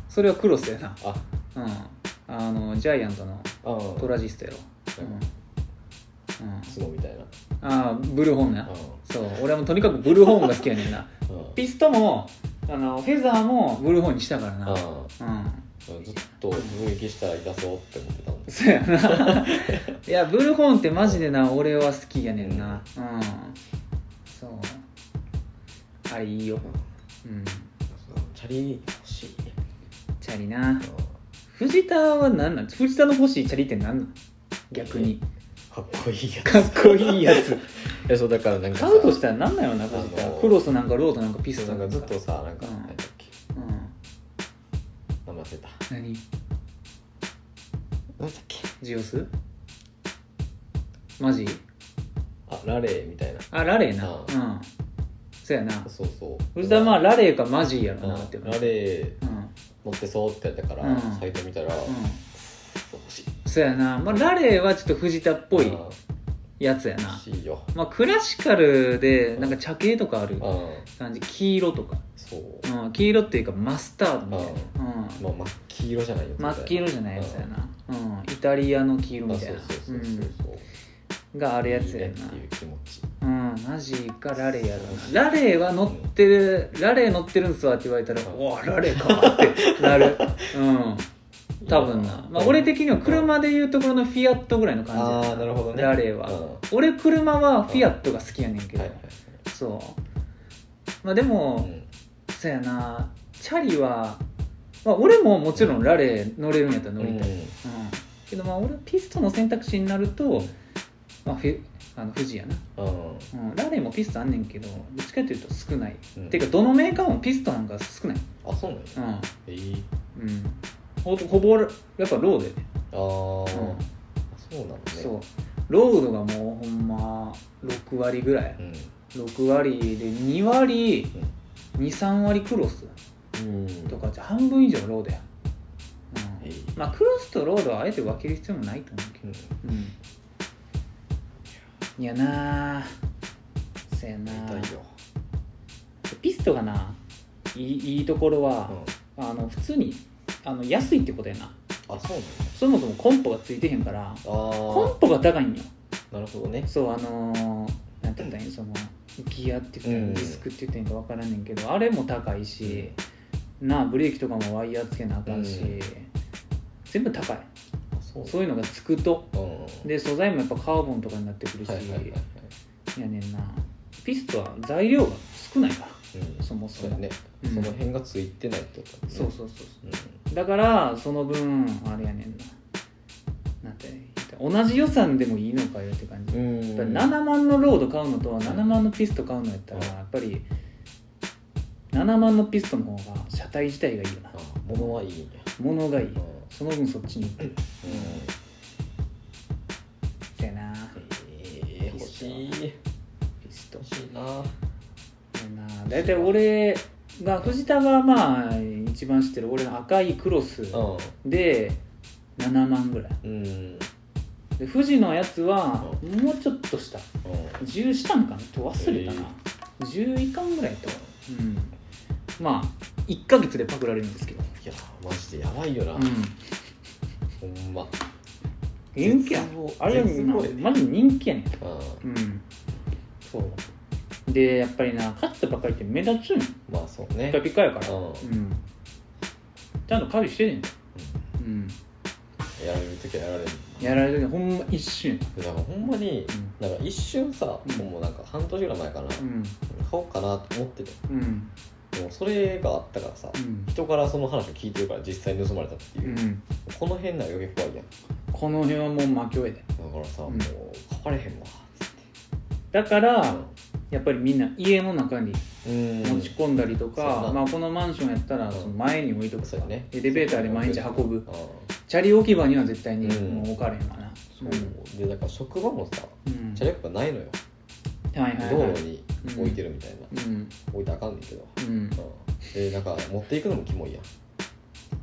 S1: それはクロスやな
S2: あ
S1: うんあのジャイアントの
S2: あうん
S1: トラジストやろうん、うん、
S2: 角みたいな
S1: ああブルーホーンな
S2: う
S1: そう俺はもうとにかくブルーホーンが好きやねんな
S2: んうん
S1: ピストもあのフェザーもブルーホーンにしたからなう
S2: あ
S1: ん
S2: ーずっと攻撃したら痛そうって思ってたんです
S1: そうやな いやブルーホーンってマジでな俺は好きやねんなうんそうあれいいようん
S2: チャリ欲しい
S1: チャリな藤田は何なん藤田の欲しいチャリって何なん逆に
S2: かっこいいやつ
S1: かっこいいやつ
S2: えそうだからなんかさ
S1: 買うとしたらなんなんやろな藤田
S2: あのー
S1: クロスなんかロードなんかピス
S2: そ
S1: ト
S2: うなんかずっとさなんか
S1: うん
S2: 何だっけ
S1: うん
S2: 名前忘れた
S1: 何
S2: 何だっけ
S1: ジオスマジ
S2: あラレーみたいな
S1: あラレーな
S2: あ
S1: う
S2: あ
S1: んそうやな
S2: そうそう
S1: 藤田はまあ
S2: うん
S1: ラレーかマジやろなって思う
S2: ラレー
S1: うん
S2: 乗ってそうってやったから、
S1: うん
S2: サイト見たら、
S1: うん
S2: 欲しいっ
S1: そうやな、まあ、ラレーはちょっと藤田っぽい
S2: 欲
S1: やつやな、
S2: しいよ
S1: まあ、クラシカルでなんか茶系とかある
S2: うん
S1: 感じ黄色とか、
S2: そう
S1: うん、黄色っていうかマスタードみたいな、うん
S2: まあ、真っ黄色じゃないよ
S1: 真っ黄色じゃないやつやな、うん、イタリアの黄色
S2: うん
S1: み
S2: あ
S1: た
S2: そ
S1: いな
S2: うそうそうそうそう
S1: うんがあるやつ
S2: いい
S1: や
S2: ねっていう気持ち
S1: な、うん、マジかラレーやろなラレーは乗ってる、ラレー乗ってるんすわって言われたら、
S2: うん
S1: おおラレーかってなるうん多分な、まあ、俺的には車でいうところのフィアットぐらいの感じや
S2: ああーなるほどね
S1: ラレーは
S2: うんは
S1: 俺車はフィアットが好きやねんけ
S2: い
S1: ど、
S2: はいはい
S1: そうまあでも、
S2: うん
S1: そやなチャリは、まあ、俺ももちろんラレー乗れるんやったら乗りたい、うん
S2: うん
S1: けどまあ俺はピストの選択肢になると、まあ、フェあの富士やな、
S2: うん
S1: うん、ラレーもピストあんねんけどどっちかっていうと少ない、
S2: うん
S1: ていうかどのメーカーもピストなんか少ない
S2: あそうなんやえー、
S1: うん、うん、ほほぼやっぱロードやね、
S2: あー、
S1: うん
S2: そうなのね
S1: そうロードがもうほんま6割ぐらい
S2: うん
S1: 6割で2割23割クロス
S2: うん
S1: とかじゃ半分以上ロードや、う
S2: え
S1: ん
S2: ー
S1: まあクロスとロードはあえて分ける必要もないと思うけど
S2: うん
S1: うんいやなあそやなあ
S2: 痛いよ
S1: ピストがないいいいところは、
S2: う
S1: あの普通にあの安いってことやなん
S2: あそうなんや
S1: そもそもコンポがついてへんからコ
S2: あ
S1: ンポが高いんよ
S2: あなるほどね
S1: そうあのー、なんて言ったらいいんそのギアって言ったらいい
S2: うん
S1: ディスクって言ったらいいんか分からんねんけどあれも高いし、なあブレーキとかもワイヤーつけなあかんし、
S2: うん
S1: 全部高い
S2: あそう
S1: そういうのがつくと
S2: うん
S1: で素材もやっぱカーボンとかになってくるし、
S2: はいはいはいはい
S1: やねんなピストは材料が少ないか
S2: うん
S1: らそもそも
S2: そうやね、
S1: うん
S2: その辺がついてないってことだね
S1: そうそうそう
S2: うん
S1: そうだからその分あれやねんななんて言った同じ予算でもいいのかよって感じ、
S2: うん
S1: やっぱり7万のロード買うのと7万のピスト買うのやったらやっぱり7万のピストの方が車体自体がいいよな
S2: あ物はいいんや
S1: 物がいい
S2: うん
S1: その分そっちに行ってるだよな
S2: えー、欲しい
S1: ピスト
S2: 欲しいな
S1: だよな大体俺が藤田がまあ一番知ってる俺の赤いクロス
S2: う
S1: で7万ぐらい
S2: んうんうん
S1: で富士のやつはもうちょっとした10したんかなちょっと忘れたな、10以巻ぐらいとうんまあ1ヶ月でパクられるんですけど
S2: いやマジでやばいよな、
S1: うん
S2: ほんま
S1: 人気や
S2: 絶望
S1: あれは
S2: 絶望やで
S1: マジ人気やねん
S2: う
S1: うんそうでやっぱりな勝ったばっかりって目立つんよ
S2: んまあそうね
S1: ピカピカやから
S2: うん
S1: うんちゃんと管理してんねんうん
S2: やられる時はやられる
S1: やられるねほんま一瞬
S2: だからほんまに、なんか一瞬さ、
S1: うん
S2: もうなんか半年ぐらい前かな、
S1: うん
S2: 買おうかなと思ってて
S1: うん
S2: でもそれがあったからさ、
S1: うん
S2: 人からその話を聞いてるから実際に盗まれたっていうう、
S1: ん
S2: この辺なんか余計怖いやんだ
S1: この辺はもう魔境やで
S2: からさ、
S1: うん
S2: もう買われへんわつって
S1: だからやっぱりみんな家の中に
S2: うん
S1: 持ち込んだりと
S2: そう
S1: か、
S2: やな
S1: まあ、このマンションやったら
S2: うん
S1: その前に置いとく
S2: そ
S1: と
S2: う
S1: か、
S2: やね
S1: エレベーターで毎日運ぶ
S2: ああ
S1: チャリ置き場には絶対に
S2: うん
S1: もう置かれへんわな、
S2: そう、でだから職場もさ
S1: うん
S2: チャリップがないのよ、
S1: はいはい
S2: 道
S1: はい
S2: 路に置いてるみたいな、
S1: うん
S2: 置いてあかんねんけど、
S1: うん
S2: うん、でなんか持っていくのもキモいやん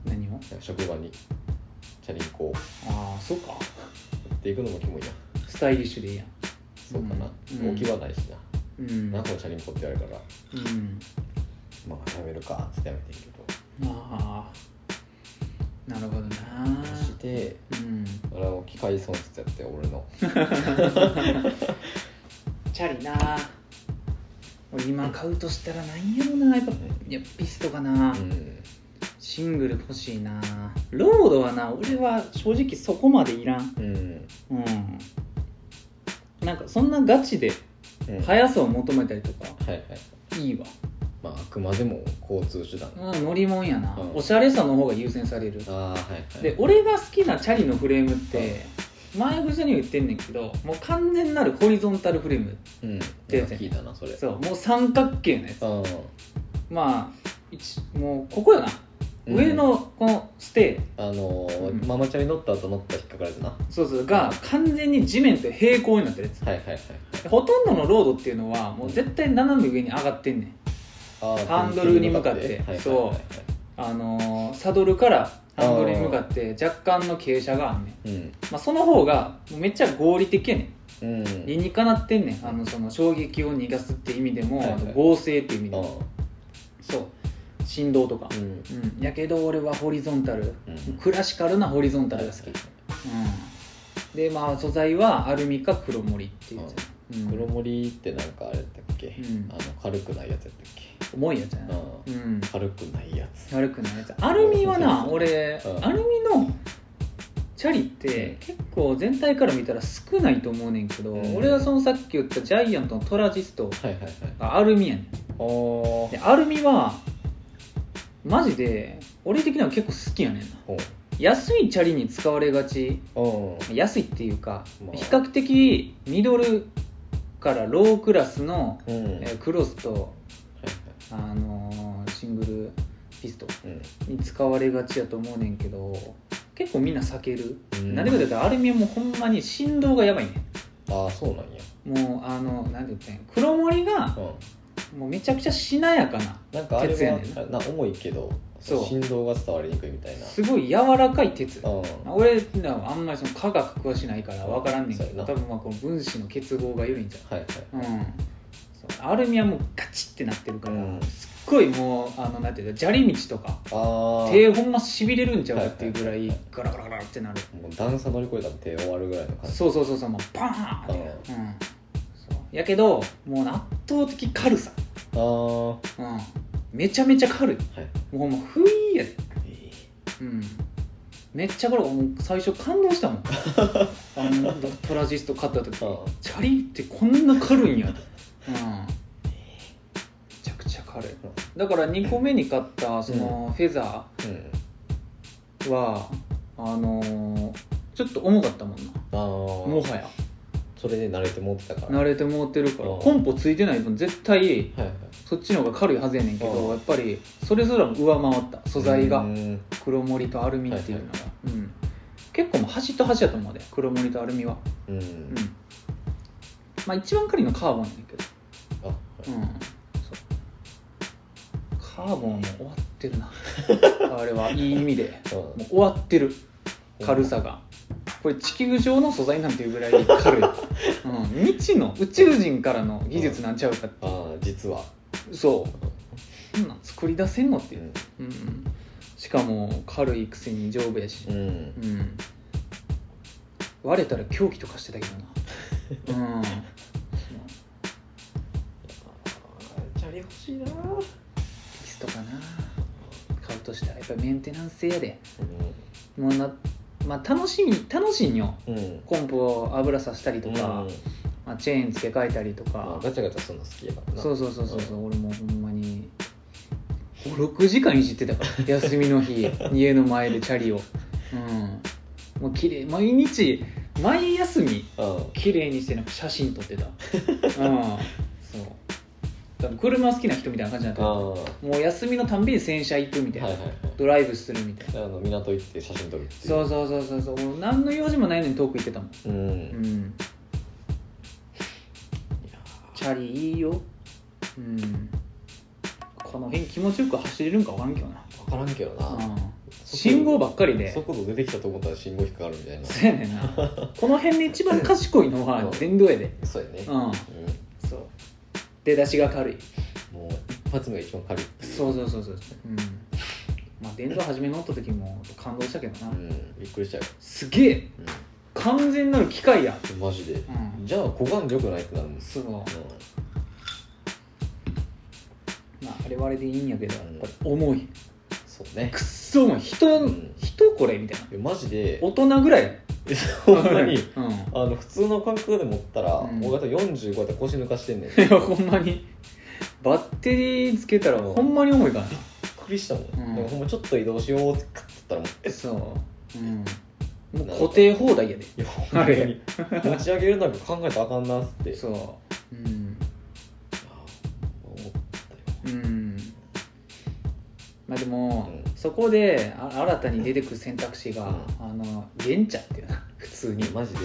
S1: 何を
S2: なんか職場にチャリンコを持
S1: ああそうか
S2: っていくのもキモいやん
S1: スタイリッシュでいいやん
S2: そうかな、
S1: うん
S2: 置き場ないしな
S1: うん
S2: 何個のチャリンコって言われるから
S1: うん
S2: まあやめるかっつってやめてんけど
S1: ああなるほどな
S2: そして
S1: うん
S2: あれを機械損失やって俺の
S1: チャリな俺今買うとしたらなんやろなやっぱいやピストかな、
S2: うん
S1: シングル欲しいなロードはな俺は正直そこまでいらん
S2: うん
S1: うんなんかそんなガチで
S2: うんはい
S1: 速さを求めたりとか
S2: はい
S1: いいわ、
S2: まああくまでも交通手段、あ
S1: うん、乗り物やな、
S2: うん
S1: おしゃれさの方が優先される
S2: あはいはい
S1: で俺が好きなチャリのフレームって前藤にも言ってんねんけどもう完全なるホリゾンタルフレーム
S2: うんなんか聞いたなそれ
S1: そうもう三角形のやつ
S2: あ
S1: まあ一もうここよな、
S2: うん
S1: 上のこのステ
S2: あのー
S1: うん
S2: ママチャリ乗った後乗ったら引っかかられてなは
S1: ーそうそうが完全に地面と平行になってるやつ
S2: いはいはい
S1: でほとんどのロードっていうのはもう絶対斜め上に上がってんねん
S2: あー
S1: ハンドルに向かって
S2: はいはいはい
S1: そあのーサドルからハンドルに向かって若干の傾斜があんねん、
S2: うん
S1: まあ、その方がもうめっちゃ合理的やねん
S2: うん
S1: 理にかなってんねんあのその衝撃を逃がすって意味でも、
S2: はいはい
S1: あと合成っていう意味で
S2: あ
S1: もそう振動とか
S2: ー、うん
S1: うんやけど俺はホリゾンタル、
S2: うん
S1: クラシカルなホリゾンタルが好き、
S2: はいはいはい
S1: うん、でまあ素材はアルミか黒森っていうやつ、うん
S2: 黒森ってなんかあれだったっけ、
S1: うん
S2: あの軽くないやつやったっ
S1: 重いやつやな、
S2: け、
S1: う、
S2: うん軽くないやつ
S1: 悪くないやつアルミはな
S2: そうそうそう
S1: 俺、
S2: うん
S1: アルミのチャリって
S2: うん
S1: 結構全体から見たら少ないと思うねんけど、
S2: うん
S1: 俺はそのさっき言ったジャイアントのトラジスト
S2: はいはいはい
S1: がアルミやねん
S2: あー
S1: でアルミはマジで俺的には結構好きやねんな
S2: ほう
S1: 安いチャリに使われがち
S2: うん
S1: 安いっていうか、
S2: まあ
S1: 比較的ミドルからロークラスの、
S2: うん
S1: えークロスと、あのーシングルピスト
S2: うん
S1: に使われがちやと思うねんけど結構みんな避ける、
S2: うん
S1: なんでかというとアルミはもうほんまに振動がやばいね
S2: ああそうなんや
S1: んもうあのなんて言ったんや黒森が
S2: うん
S1: もうめちゃくちゃしなやかな
S2: なんかあれ
S1: 鉄やねんな
S2: はな重いけど
S1: そう
S2: 振動が伝わりにくいみたいな
S1: すごい柔らかい鉄
S2: うん
S1: 俺なんかあんまりその科学詳しないから分からんねんけ
S2: そうや
S1: ど
S2: な
S1: 多分まあこの分子の結合が緩いんじゃん
S2: はいはい
S1: うん、そうアルミはもうガチってなってるから、
S2: うん
S1: すっごいもうあのなんていうの砂利道とか
S2: ああ
S1: 手ほんましびれるんちゃうかっていうぐら
S2: はい
S1: い
S2: はい
S1: ガラガラガラってなる
S2: もう段差乗り越えたら手終わるぐらいの感じ
S1: そうそうそうそうもうバーンって
S2: うん
S1: うんそうやけどもう圧倒的軽さ、
S2: ああは
S1: うん、めちゃめちゃ軽いも
S2: いう
S1: ほんまふいーやで、
S2: え
S1: うん、めっちゃ軽いもう最初感動 したもんあのトラジスト買った時
S2: うん
S1: チャリってこんな軽いんやうんめちゃくちゃ軽いだから2個目に買ったそのフェザ
S2: えうん
S1: ーは、あのーちょっと重かったもんな
S2: ああ
S1: もはや
S2: それで慣れて持ってたから
S1: 慣れてもうてるから
S2: うん
S1: コンポついてない分絶対
S2: はいはい
S1: そっちの方が軽いはずやねんけ
S2: う
S1: ど
S2: ん
S1: やっぱりそれぞれも上回った素材
S2: う
S1: が
S2: ん
S1: 黒森とアルミっていうのが、うん、結構もう端と端やと思うで黒森とアルミは
S2: う
S1: うんんまあ一番軽いのはカーボンやねんけど
S2: あは
S1: うんそうカーボンも終わって るなあれはいい意味で
S2: いうん
S1: もう終わってる軽さがこれ地球上の素材なんていうぐらい軽い、うん、未知の宇宙人からの技術なんちゃうか
S2: ああ実は
S1: そうそんなん作り出せんのっていう、
S2: ん
S1: うん、しかも軽いくせに丈夫やし
S2: う、ん
S1: うん、割れたら凶器とかしてたけど なうん
S2: チャリ欲しいな
S1: ピストかな買うとしたらやっぱメンテナンスやでもうな、まあ、楽しみ楽しいんよ
S2: うんうん
S1: コンポを油さしたりとか、
S2: うん
S1: まあ、チェーン付け替えたりと
S2: まあ
S1: か、
S2: ガチャガチャするの好きやからな
S1: そうそうそうそうそう、俺もほんまに56時間いじってたから 休みの日家の前でチャリをうんもう綺麗毎日毎休み
S2: うん
S1: 綺麗にしてなんか写真撮って たうんそう多分車好きな人みたいな感じにな
S2: あ
S1: って
S2: あは
S1: たもう休みのたんびに洗車行くみ
S2: い
S1: たいな、
S2: はいはい
S1: ドライブするみたいな
S2: あの港行って写真撮るっていう
S1: そうそうそうそうそうもう何の用事もないのに遠く行ってたもん
S2: ううん
S1: うん
S2: いや
S1: チャリいいようんこの辺気持ちよく走れるんかわからんけどな、
S2: ー分からんけどな、
S1: うん信号ばっかりで
S2: 速度出てきたと思ったら信号引っかかるみたいな
S1: そうやねんなこの辺で一番賢いの は
S2: うん
S1: 電動やで
S2: そうやね
S1: うん、そう出だしが軽い
S2: うんもう一発目が一番軽いってい
S1: そうそうそうそううんまあ電動初め乗った時も感動したけどな、
S2: うんびっくりしちゃう
S1: すげえ
S2: う
S1: 完全なる機械や
S2: んマジで
S1: うん
S2: じゃあ股眼力ないってなるもんです
S1: そうまああれはあれでいいんやけどやっぱり重い
S2: そうね
S1: くっそ重い人、
S2: うん
S1: 人これみたいない
S2: やマジで
S1: 大人ぐらい
S2: ほんまに
S1: うん
S2: あの普通の感覚で持ったら
S1: うん
S2: 大型45やったら腰抜かして んねん
S1: い
S2: びっ
S1: やほんまにバッテリーつけたらほんまに重いから
S2: くりしたも
S1: うん
S2: んでもほんまちょっと移動しようってクッてったらもう
S1: なそう、うん、もう固定放題やで
S2: いやほんまに持ち上げるなんか考えたらあかんなって
S1: そううん
S2: あー思った
S1: うんまあでも、
S2: うん
S1: そこであ新たに出てくる選択肢が、
S2: うん
S1: あの原茶っていうな普通に、う
S2: よマジで、
S1: ん、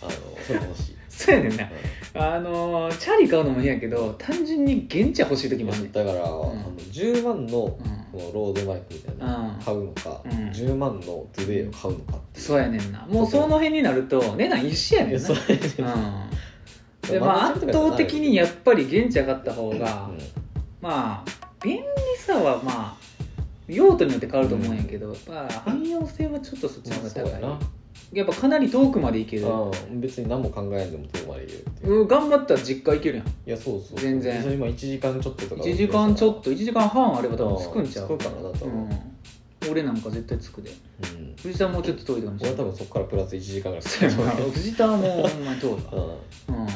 S2: あのそれ欲しい、
S1: そうやねんなあのチャリ買うのもいいんやけど単純に原茶欲しい時もあんねん
S2: だから、
S1: ん
S2: あの10万の
S1: う
S2: こ
S1: ん
S2: のロードバイクみたいな
S1: うん
S2: の買うのか、
S1: うん
S2: 10万のトゥデイを買うのかっていう
S1: そうやねんなもうその辺になると値段一緒やねん
S2: いや
S1: な
S2: そうやね
S1: うんでまあ圧倒的にやっぱり現地上がった方が、
S2: う
S1: まあ便利さはまあ用途によって変わると思うんやけど、まあ汎用性はちょっとそっち
S2: んま
S1: の
S2: あ、
S1: 方
S2: そ
S1: が高
S2: うや
S1: い、
S2: な、
S1: やっぱかなり遠くまで行ける、
S2: うん、別に何も考えんでもどこまでいけるっていう、
S1: うん、頑張ったら実家行けるやん
S2: いやそうそう
S1: 全然
S2: 実際今1時間ちょっととか
S1: 1時間ちょっと1時間半あれば多分着くんちゃう
S2: 着くかな多分
S1: うん、俺なんか絶対着くで
S2: うん
S1: 藤田もちょっと遠いかもし
S2: 俺
S1: れな
S2: は多
S1: い
S2: 分そこからプラス1時間ぐらいか
S1: そう
S2: か
S1: やな
S2: ると思う よ
S1: 藤田はもうほんまに遠い わ
S2: うん
S1: うん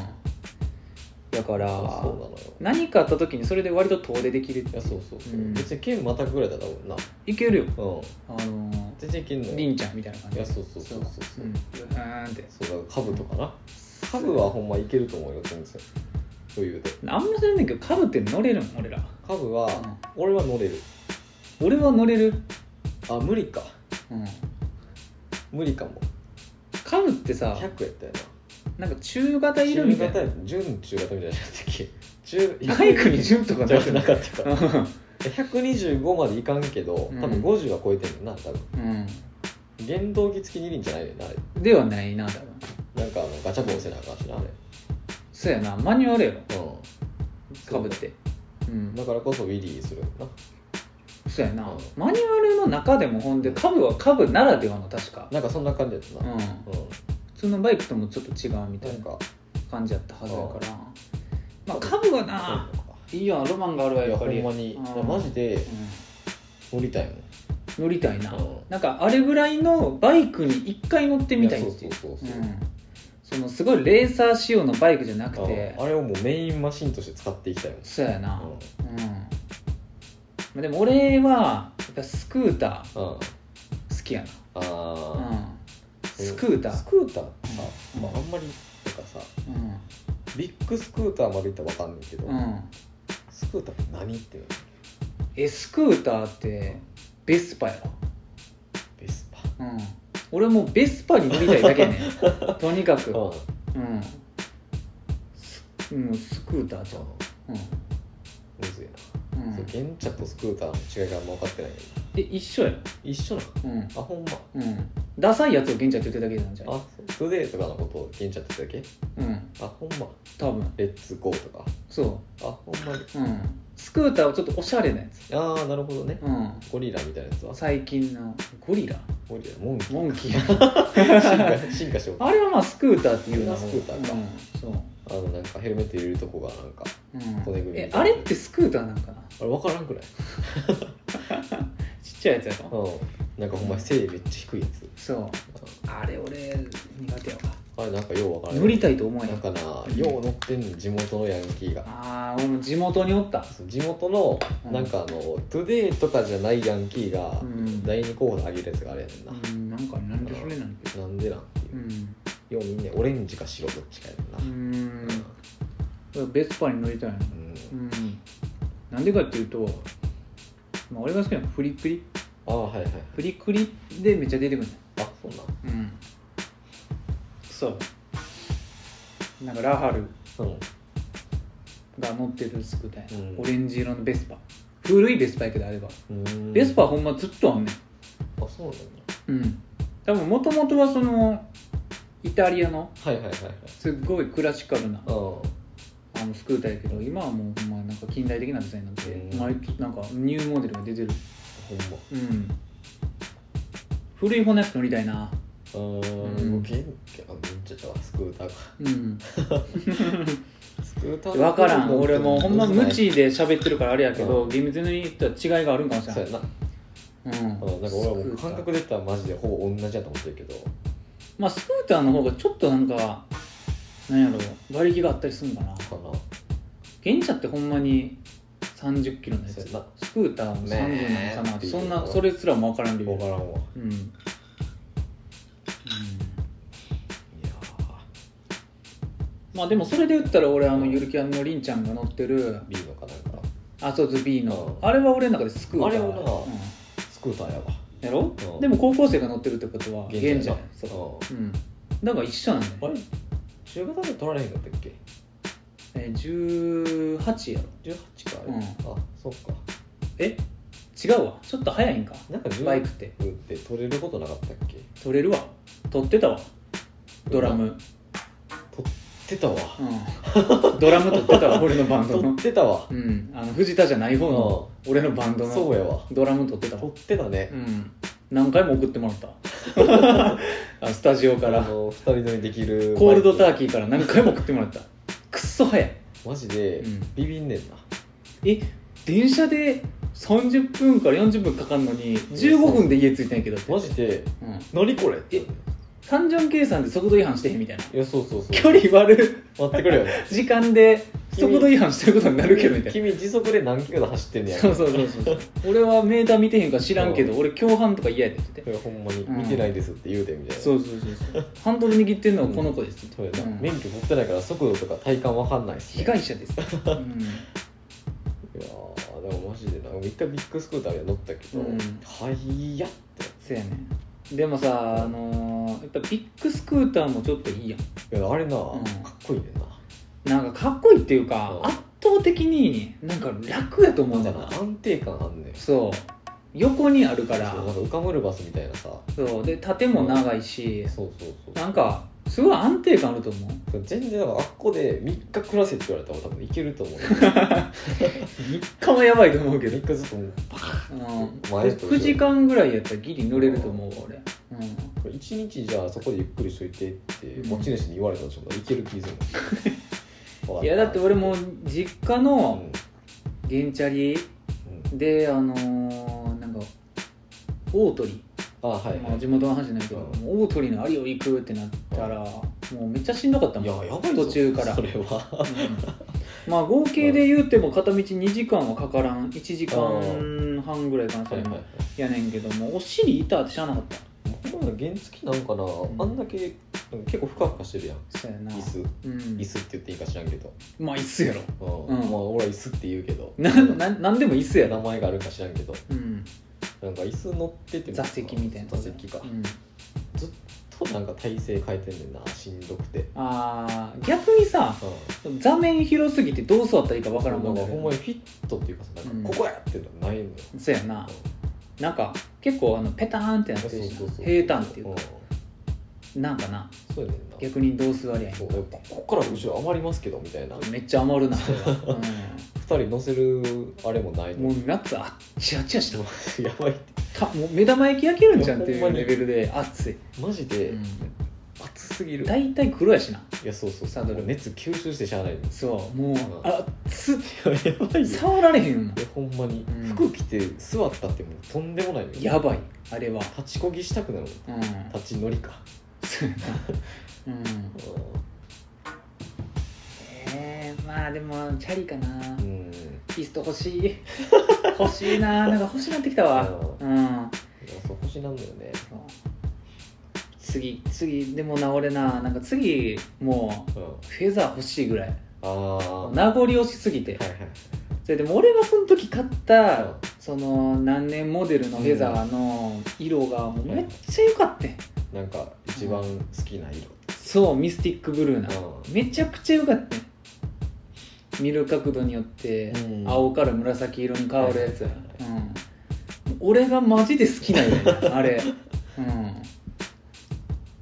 S1: だか
S2: そう
S1: ら
S2: そうなのよ
S1: 何かあった時にそれで割と遠出できる
S2: いやそうそうそう、
S1: うん
S2: 別に県またぐらいだったもんな
S1: 行けるよ
S2: うん
S1: あの
S2: 全然いけんのよ
S1: りんちゃんみたいな感
S2: い
S1: じ
S2: やそうそうそうそうそううん
S1: ブーンって
S2: そうだから株とかな株はほんまいけると思うよ全然余裕で
S1: あんま知らんねんけどカブって乗れるん俺ら
S2: 株は、俺は乗れる
S1: 俺は乗れる、
S2: あ無理か
S1: うん、
S2: 無理かも
S1: カブってさ
S2: 100やったよ
S1: な
S2: な
S1: んか中型いる
S2: 中
S1: みたい
S2: 型
S1: な
S2: や準中型みたいなやつだっけ 中
S1: バイクに順とか
S2: じ
S1: な
S2: ゃ
S1: く
S2: な
S1: ない
S2: かった か
S1: う
S2: 125までいかんけど多
S1: うん
S2: 分50は超えてんねんな多分
S1: ん
S2: 原動機付き二輪じゃないねんなあれ
S1: ではないな多分
S2: なんかあのガチャポンせなあかんしなあれ
S1: そうやなマニュアルやろ
S2: う
S1: カブってうん
S2: んだからこそウィリーするよな
S1: そうやな
S2: うん
S1: マニュアルの中でもほんでカブはカブならではの確か
S2: なんかそんな感じやった
S1: うん
S2: な、うん
S1: 普通のバイクともちょっと違うみた
S2: ないん
S1: な
S2: か
S1: 感じやったはずやからまあカブはな
S2: そうか
S1: いいよロマンがあるわ
S2: い
S1: や
S2: や
S1: っぱ
S2: ほん
S1: り
S2: まに
S1: うん
S2: いやマジで
S1: うん
S2: 乗りたいもん
S1: 乗りたいな、
S2: うん
S1: なんかあれぐらいのバイクに一回乗ってみたいっていう
S2: やそうそうそうそう
S1: う、んそのすごいレーサー仕様のバイクじゃなくて
S2: うんあれをもうメインマシンとして使っていきたいもん
S1: そうやな
S2: うん
S1: うん、まあ、でも俺はやっぱスクータ
S2: うん
S1: ー好きや
S2: あ
S1: な、う
S2: ー
S1: ん、スクータ
S2: ス
S1: ー、
S2: クーターってさ、
S1: うん
S2: まあ、あんまりなんかさ
S1: うん
S2: ビッグスクーターまでいったらわかんないけど、
S1: うん、
S2: スクーターって何っていうの
S1: えスクーターってベスパやろ、
S2: ベスパ
S1: うん、俺もうベスパに乗りたいだけやね んとにかく、うん
S2: うん
S1: スうん、スクーターじゃん、う
S2: むずいな、
S1: んうん
S2: そうゲンチャとスクーターの違いがあんま分かってないけど
S1: え一緒やろ
S2: 一緒なの
S1: うん
S2: あほんま
S1: うんダサいやつを玄ちゃんって言ってるだけなんじゃない
S2: あトゥデイとかのことをゲンチャって言っただ
S1: うん
S2: けあほんま
S1: 多分
S2: レッツゴーとか
S1: そ
S2: あほんまに
S1: ううんスクーターはちょっとおしゃれなやつ
S2: ああなるほどね
S1: うん
S2: ゴリラみたいなやつは
S1: 最近のゴリラ
S2: ゴリラモンキー
S1: モンキー
S2: 進化進化しよう
S1: あれはまあスクーターっていうな
S2: スクーターか
S1: うんそう
S2: あのなんかヘルメット入れるとこがなんか骨
S1: う
S2: 組
S1: ん、
S2: み
S1: えあれってスクーターなんかな
S2: あれ分からんくない
S1: ちっちゃいやつやろ
S2: うんなんかほんまに背めっちゃ低いやつ、
S1: そうあれ俺苦手やわ
S2: あれなんかよう分からん
S1: 乗りたいと思え
S2: な
S1: よ
S2: んかなよう乗ってんの地元のヤンキーが
S1: ああ俺も地元におった
S2: そう地元の
S1: うん
S2: なんかあの、トゥデイとかじゃないヤンキーが
S1: うん
S2: 第二候補で挙げるやつがあれやねんな、
S1: うんなんかなんでそれなんだけど
S2: なんでなんていうう、
S1: ん
S2: ようみんなオレンジか白どっちかやねんな、
S1: うんベスパに乗りたいな
S2: うん
S1: うんなんでかっていうと、まあ、俺が好きなのはフリクリ
S2: ああはいはいはい
S1: フリクリでめっちゃ出てくる
S2: あそうな
S1: のうんそうなんかラハル
S2: んうん
S1: が乗ってるスクーターやな、
S2: うん
S1: オレンジ色のベスパ古いベスパやけどあれば
S2: うん
S1: ベスパはほんまずっとあんね
S2: あそうなん
S1: ん
S2: や
S1: うん多分もともとはそのイタリアの
S2: はいはいはいはい
S1: すっごいクラシカルな
S2: うん
S1: あのスクーターやけど今はもうほんまなんか近代的なデザインになって、
S2: うん
S1: 毎月なんかニューモデルが出てる
S2: ほんま
S1: うん古い方のやつ乗りたいな
S2: うー
S1: うん
S2: ん、もう元気あ、めっちゃちゃうわスクーターか。
S1: うん
S2: スクータ
S1: 分からん俺もうほんま無
S2: や
S1: 知で喋ってるからあれやけど
S2: う
S1: 厳密に言ったら違いがあるんかもしれ
S2: そう
S1: な
S2: や
S1: い
S2: な。
S1: うん
S2: うん、なんか俺はもう感
S1: スクー
S2: 覚
S1: ター
S2: で言ったらマジでほぼ同じやと思ってるけど。
S1: まあスクーターの方がちょっとなんかなんやろ馬力があったりするんかな
S2: かな。
S1: 現車ってほんまに30キロのやつ
S2: そうや
S1: ス
S2: な
S1: クーターも30なのかなって
S2: ねえ
S1: そんなそれすらも分からんけど
S2: わからんわ。
S1: うんうん
S2: いや
S1: まあでもそれで言ったら俺あのゆるキャンのりんちゃんが乗ってる
S2: ー、リーノかなんか。
S1: あそうズビーの
S2: うん
S1: あれは俺の中でスクーター
S2: あれはな
S1: うん
S2: スクーターやわ。
S1: やろ
S2: うん
S1: でも高校生が乗ってるってことは
S2: 現在
S1: 現じゃない
S2: そ。
S1: そうう、うん、だから一緒なんだ
S2: あ
S1: よ、
S2: れ中型で取られへんかったっけ
S1: えー、18やろ
S2: ?18 かあれ。
S1: うん
S2: あ、そっか。
S1: え違うわちょっと早いんか
S2: なんか
S1: バイ
S2: 18
S1: クって
S2: って取れることなかったっけ
S1: 取れるわ取ってたわドラム
S2: 取ってたわ。
S1: うん ドラム取ってたわ俺のバンド
S2: 取っ
S1: の
S2: てたわ。
S1: うんあの藤田じゃない方の俺のバンド
S2: そ
S1: の
S2: うやわ。
S1: ドラム取ってたわ
S2: 取ってたね
S1: う。ん何回も送ってもらった あスタジオか
S2: あ
S1: ら
S2: の、二人乗りできる。
S1: コールドタ
S2: ー
S1: ーキーから何回も送ってもらったくっそ早い
S2: マジで
S1: うん
S2: ビビんねんな、
S1: え電車で30分から40分かかるのに15分で家着いたんやけどって
S2: マジで
S1: うん
S2: 何これ
S1: え単純計算で速度違反してへんみたいな
S2: やそうそうそう
S1: 距離割る
S2: 待ってくれよ
S1: 時間で速度違反してることになるけどみたいな
S2: 君時速で何キロで走ってんねや
S1: そうそうそうそう俺はメーター見てへんから知らんけど俺共犯とか嫌やでって言って
S2: いやほんまに
S1: うん
S2: 見てないですって言うでみたいな、
S1: そうそうそうそうハンドル握ってんのはこの子ですって
S2: そう
S1: 言っ
S2: や
S1: て、
S2: な、
S1: うん
S2: 免許持ってないから速度とか体感わかんないっす、
S1: 被
S2: ね、
S1: 害者です、うん
S2: いやーでもマジでな俺一回ビッグスクーターで乗ったけど、
S1: うん
S2: はいやって
S1: そうやねでもさ、あのーやっぱビッグスクーターもちょっといいやん
S2: いやあれな、
S1: ん
S2: かっこいいねんな
S1: なんかかっこいいっていうか
S2: うん
S1: 圧倒的になんか楽やと思うんだ
S2: なん
S1: よ
S2: か
S1: な
S2: な安定感あんねん
S1: そう横にあるから
S2: そうなんか浮かむるバスみたいなさ
S1: そうで縦も長いし
S2: そうそうそう
S1: なんかすごい安定感あると思う
S2: 全然なんかあっこで3日暮らせって言われたら俺多分いけると思う
S1: 3日はやばいと 思うけど
S2: 3日ずっともう
S1: うん
S2: 前と後ろ
S1: 9時間ぐらいやったらギリ乗れると思うわ俺うん
S2: 1日じゃあそこでゆっくりしといてって
S1: うん
S2: 持ち主に言われたとしてもいける気するもん
S1: いやだって俺も実家
S2: うん、
S1: の原チャリ
S2: うん
S1: であのーなんか大鳥、
S2: あはい、
S1: まあ、地元の話じゃないけど、
S2: うん
S1: もう大鳥の有を行くってなったら、もうめっちゃしんどかった
S2: い
S1: も
S2: や
S1: ん
S2: やばいぞ
S1: 途中から
S2: それは
S1: うんまあ合計で言うても片道2時間はかからん1時間半ぐらいかなそ
S2: はい
S1: れも
S2: はいはい
S1: やねんけどもお尻痛って知らなかっ
S2: 僕らの原付なんかな、
S1: ん
S2: あんだけなんか結構ふかふかしてるやん
S1: たそうやな
S2: 椅子
S1: うん
S2: 椅子って言っていいか知らんけど、
S1: まあ椅子やろ
S2: うん
S1: うん
S2: まあ俺は椅子って言うけど
S1: なななんでも椅子や
S2: 名
S1: ろ
S2: 前があるか知らんけど
S1: うん
S2: なんか椅子乗ってて
S1: 座席みたいな
S2: 座席か、
S1: うん
S2: となんか体勢変えてんねんなしんどくて、うん、
S1: あー逆にさ座面広すぎてどう座ったらいいかわからんもんだ
S2: なん
S1: よね
S2: かほんまにフィットっていうかさなんか
S1: うん
S2: ここやってのはないのよ、
S1: そうやななんか結構あのペターンってなってるしな
S2: そうそうそう
S1: 平坦っていう
S2: うん
S1: かなんかな
S2: そうやねんな
S1: 逆にどう座りゃいい
S2: そうここから後ろ余りますけどみたいな
S1: めっちゃ余るな、
S2: 二人乗せるあれもない
S1: うんも
S2: の
S1: う夏あっちあっちやし
S2: やばいって
S1: たかもう目玉焼き焼けるんじゃんっていうレベルで暑い、
S2: マジで
S1: うん、
S2: 暑すぎる
S1: 大体黒やしない
S2: やそうそう
S1: サドル
S2: もう熱吸収してしゃあないの
S1: そうもう、
S2: ん
S1: あ暑っ
S2: やばいよ
S1: 触られへんもん
S2: いやほんまに、
S1: うん
S2: 服着て座ったってもうとんでもないのよ
S1: やばいあれは
S2: 立ちこぎしたくなる
S1: うん
S2: の立ち乗りか
S1: そうやなうん
S2: う
S1: えー、まあでもチャリかな、
S2: ん
S1: ピスト欲し い欲しいななんか欲しくなってきたわ
S2: う
S1: うん
S2: いやそう星なんだよね
S1: そう次次でもな俺ななんか次も
S2: うん
S1: うフェザー欲しいぐらい
S2: ああは
S1: 名残惜しすぎて
S2: いはい
S1: それでも俺がその時買った、
S2: うん
S1: その何年モデルのフェザーの色がもうめっちゃ良かった、
S2: なんか一番好きな色
S1: そうミスティックブルーな、
S2: う
S1: めちゃくちゃ良かった見る角度によって
S2: うん
S1: 青から紫色に変わるやつ、
S2: はい
S1: うん、俺がマジで好きなんや ねあれ、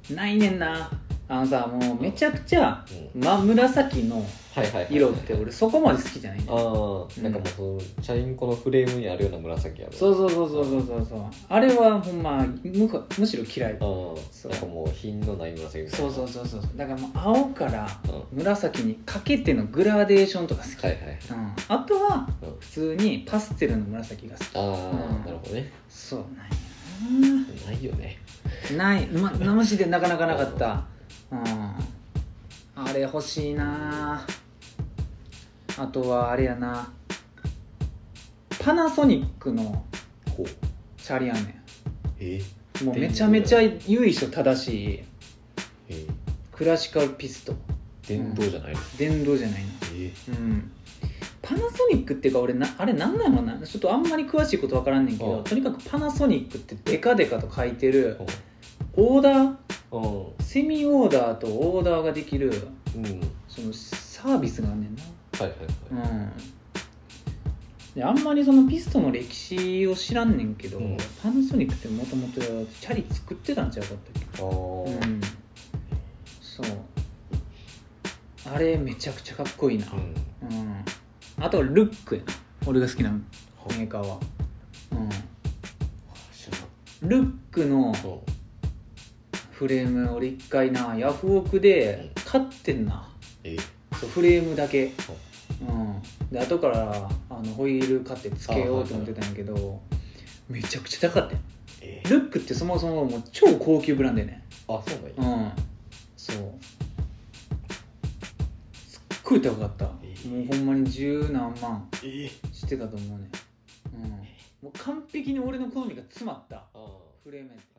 S1: うん、ないねんなあのさもうめちゃくちゃ
S2: ん、うん、
S1: 真紫の
S2: はいはい、はい、
S1: 色って俺そこまで好きじゃないねん
S2: ああなんかもうそのチャリンコのフレームにあるような紫やろ
S1: そうそうそうそうそうそうそうあれはほんまむかむしろ嫌い
S2: うんなんかもう品のない紫みたい
S1: そ
S2: な
S1: うそう
S2: そ
S1: そうそうだからもう青から
S2: うんは
S1: 紫にかけてのグラデーションとか好き、
S2: いはい
S1: うん、あとは
S2: うん
S1: 普通にパステルの紫が好き
S2: ああ、
S1: うん
S2: なるほどね
S1: そうないな
S2: ないよね
S1: ない、ま、マジでなかなかなかったうんあれ欲しいなあとはあれやなパナソニックの
S2: ほう
S1: チャリやね
S2: え
S1: んもうめちゃめちゃ由緒正しい
S2: え
S1: クラシカルピストン
S2: 電動じゃないの、
S1: 電動じゃないの
S2: え
S1: うんパナソニックっていうか俺なあれなんなのなちょっとあんまり詳しいことわからんねんけ
S2: う
S1: ど
S2: ん
S1: とにかくパナソニックってデカデカと書いてる
S2: う
S1: オーダー
S2: ん
S1: セミオーダーとオーダーができる
S2: うん
S1: そのサービスがあんねんな
S2: はいはいはい、
S1: うんであんまりそのピストの歴史を知らんねんけど、
S2: うん
S1: パナソニックってもともとチャリ作ってたんちゃうかったっ
S2: あー
S1: け、うん、そうあれめちゃくちゃかっこいいな、
S2: うん
S1: うん、あとはルックやな俺が好きなメ
S2: ほ
S1: ーカーは、
S2: 知らな
S1: うん、ルックの
S2: そう
S1: フレーム俺一回なヤフオクで買ってんな
S2: え
S1: そうフレームだけ、うん、で後からあのホイール買ってつけようと思ってたんやけどめちゃくちゃ高かったよ
S2: え
S1: ルックってそもそももう超高級ブランドやね
S2: あそうなんや
S1: うんそうすっごい高かった
S2: え
S1: もうほんまに十何万
S2: ええ
S1: してたと思うねうんもう完璧に俺の好みが詰まった
S2: ああ
S1: フレームやった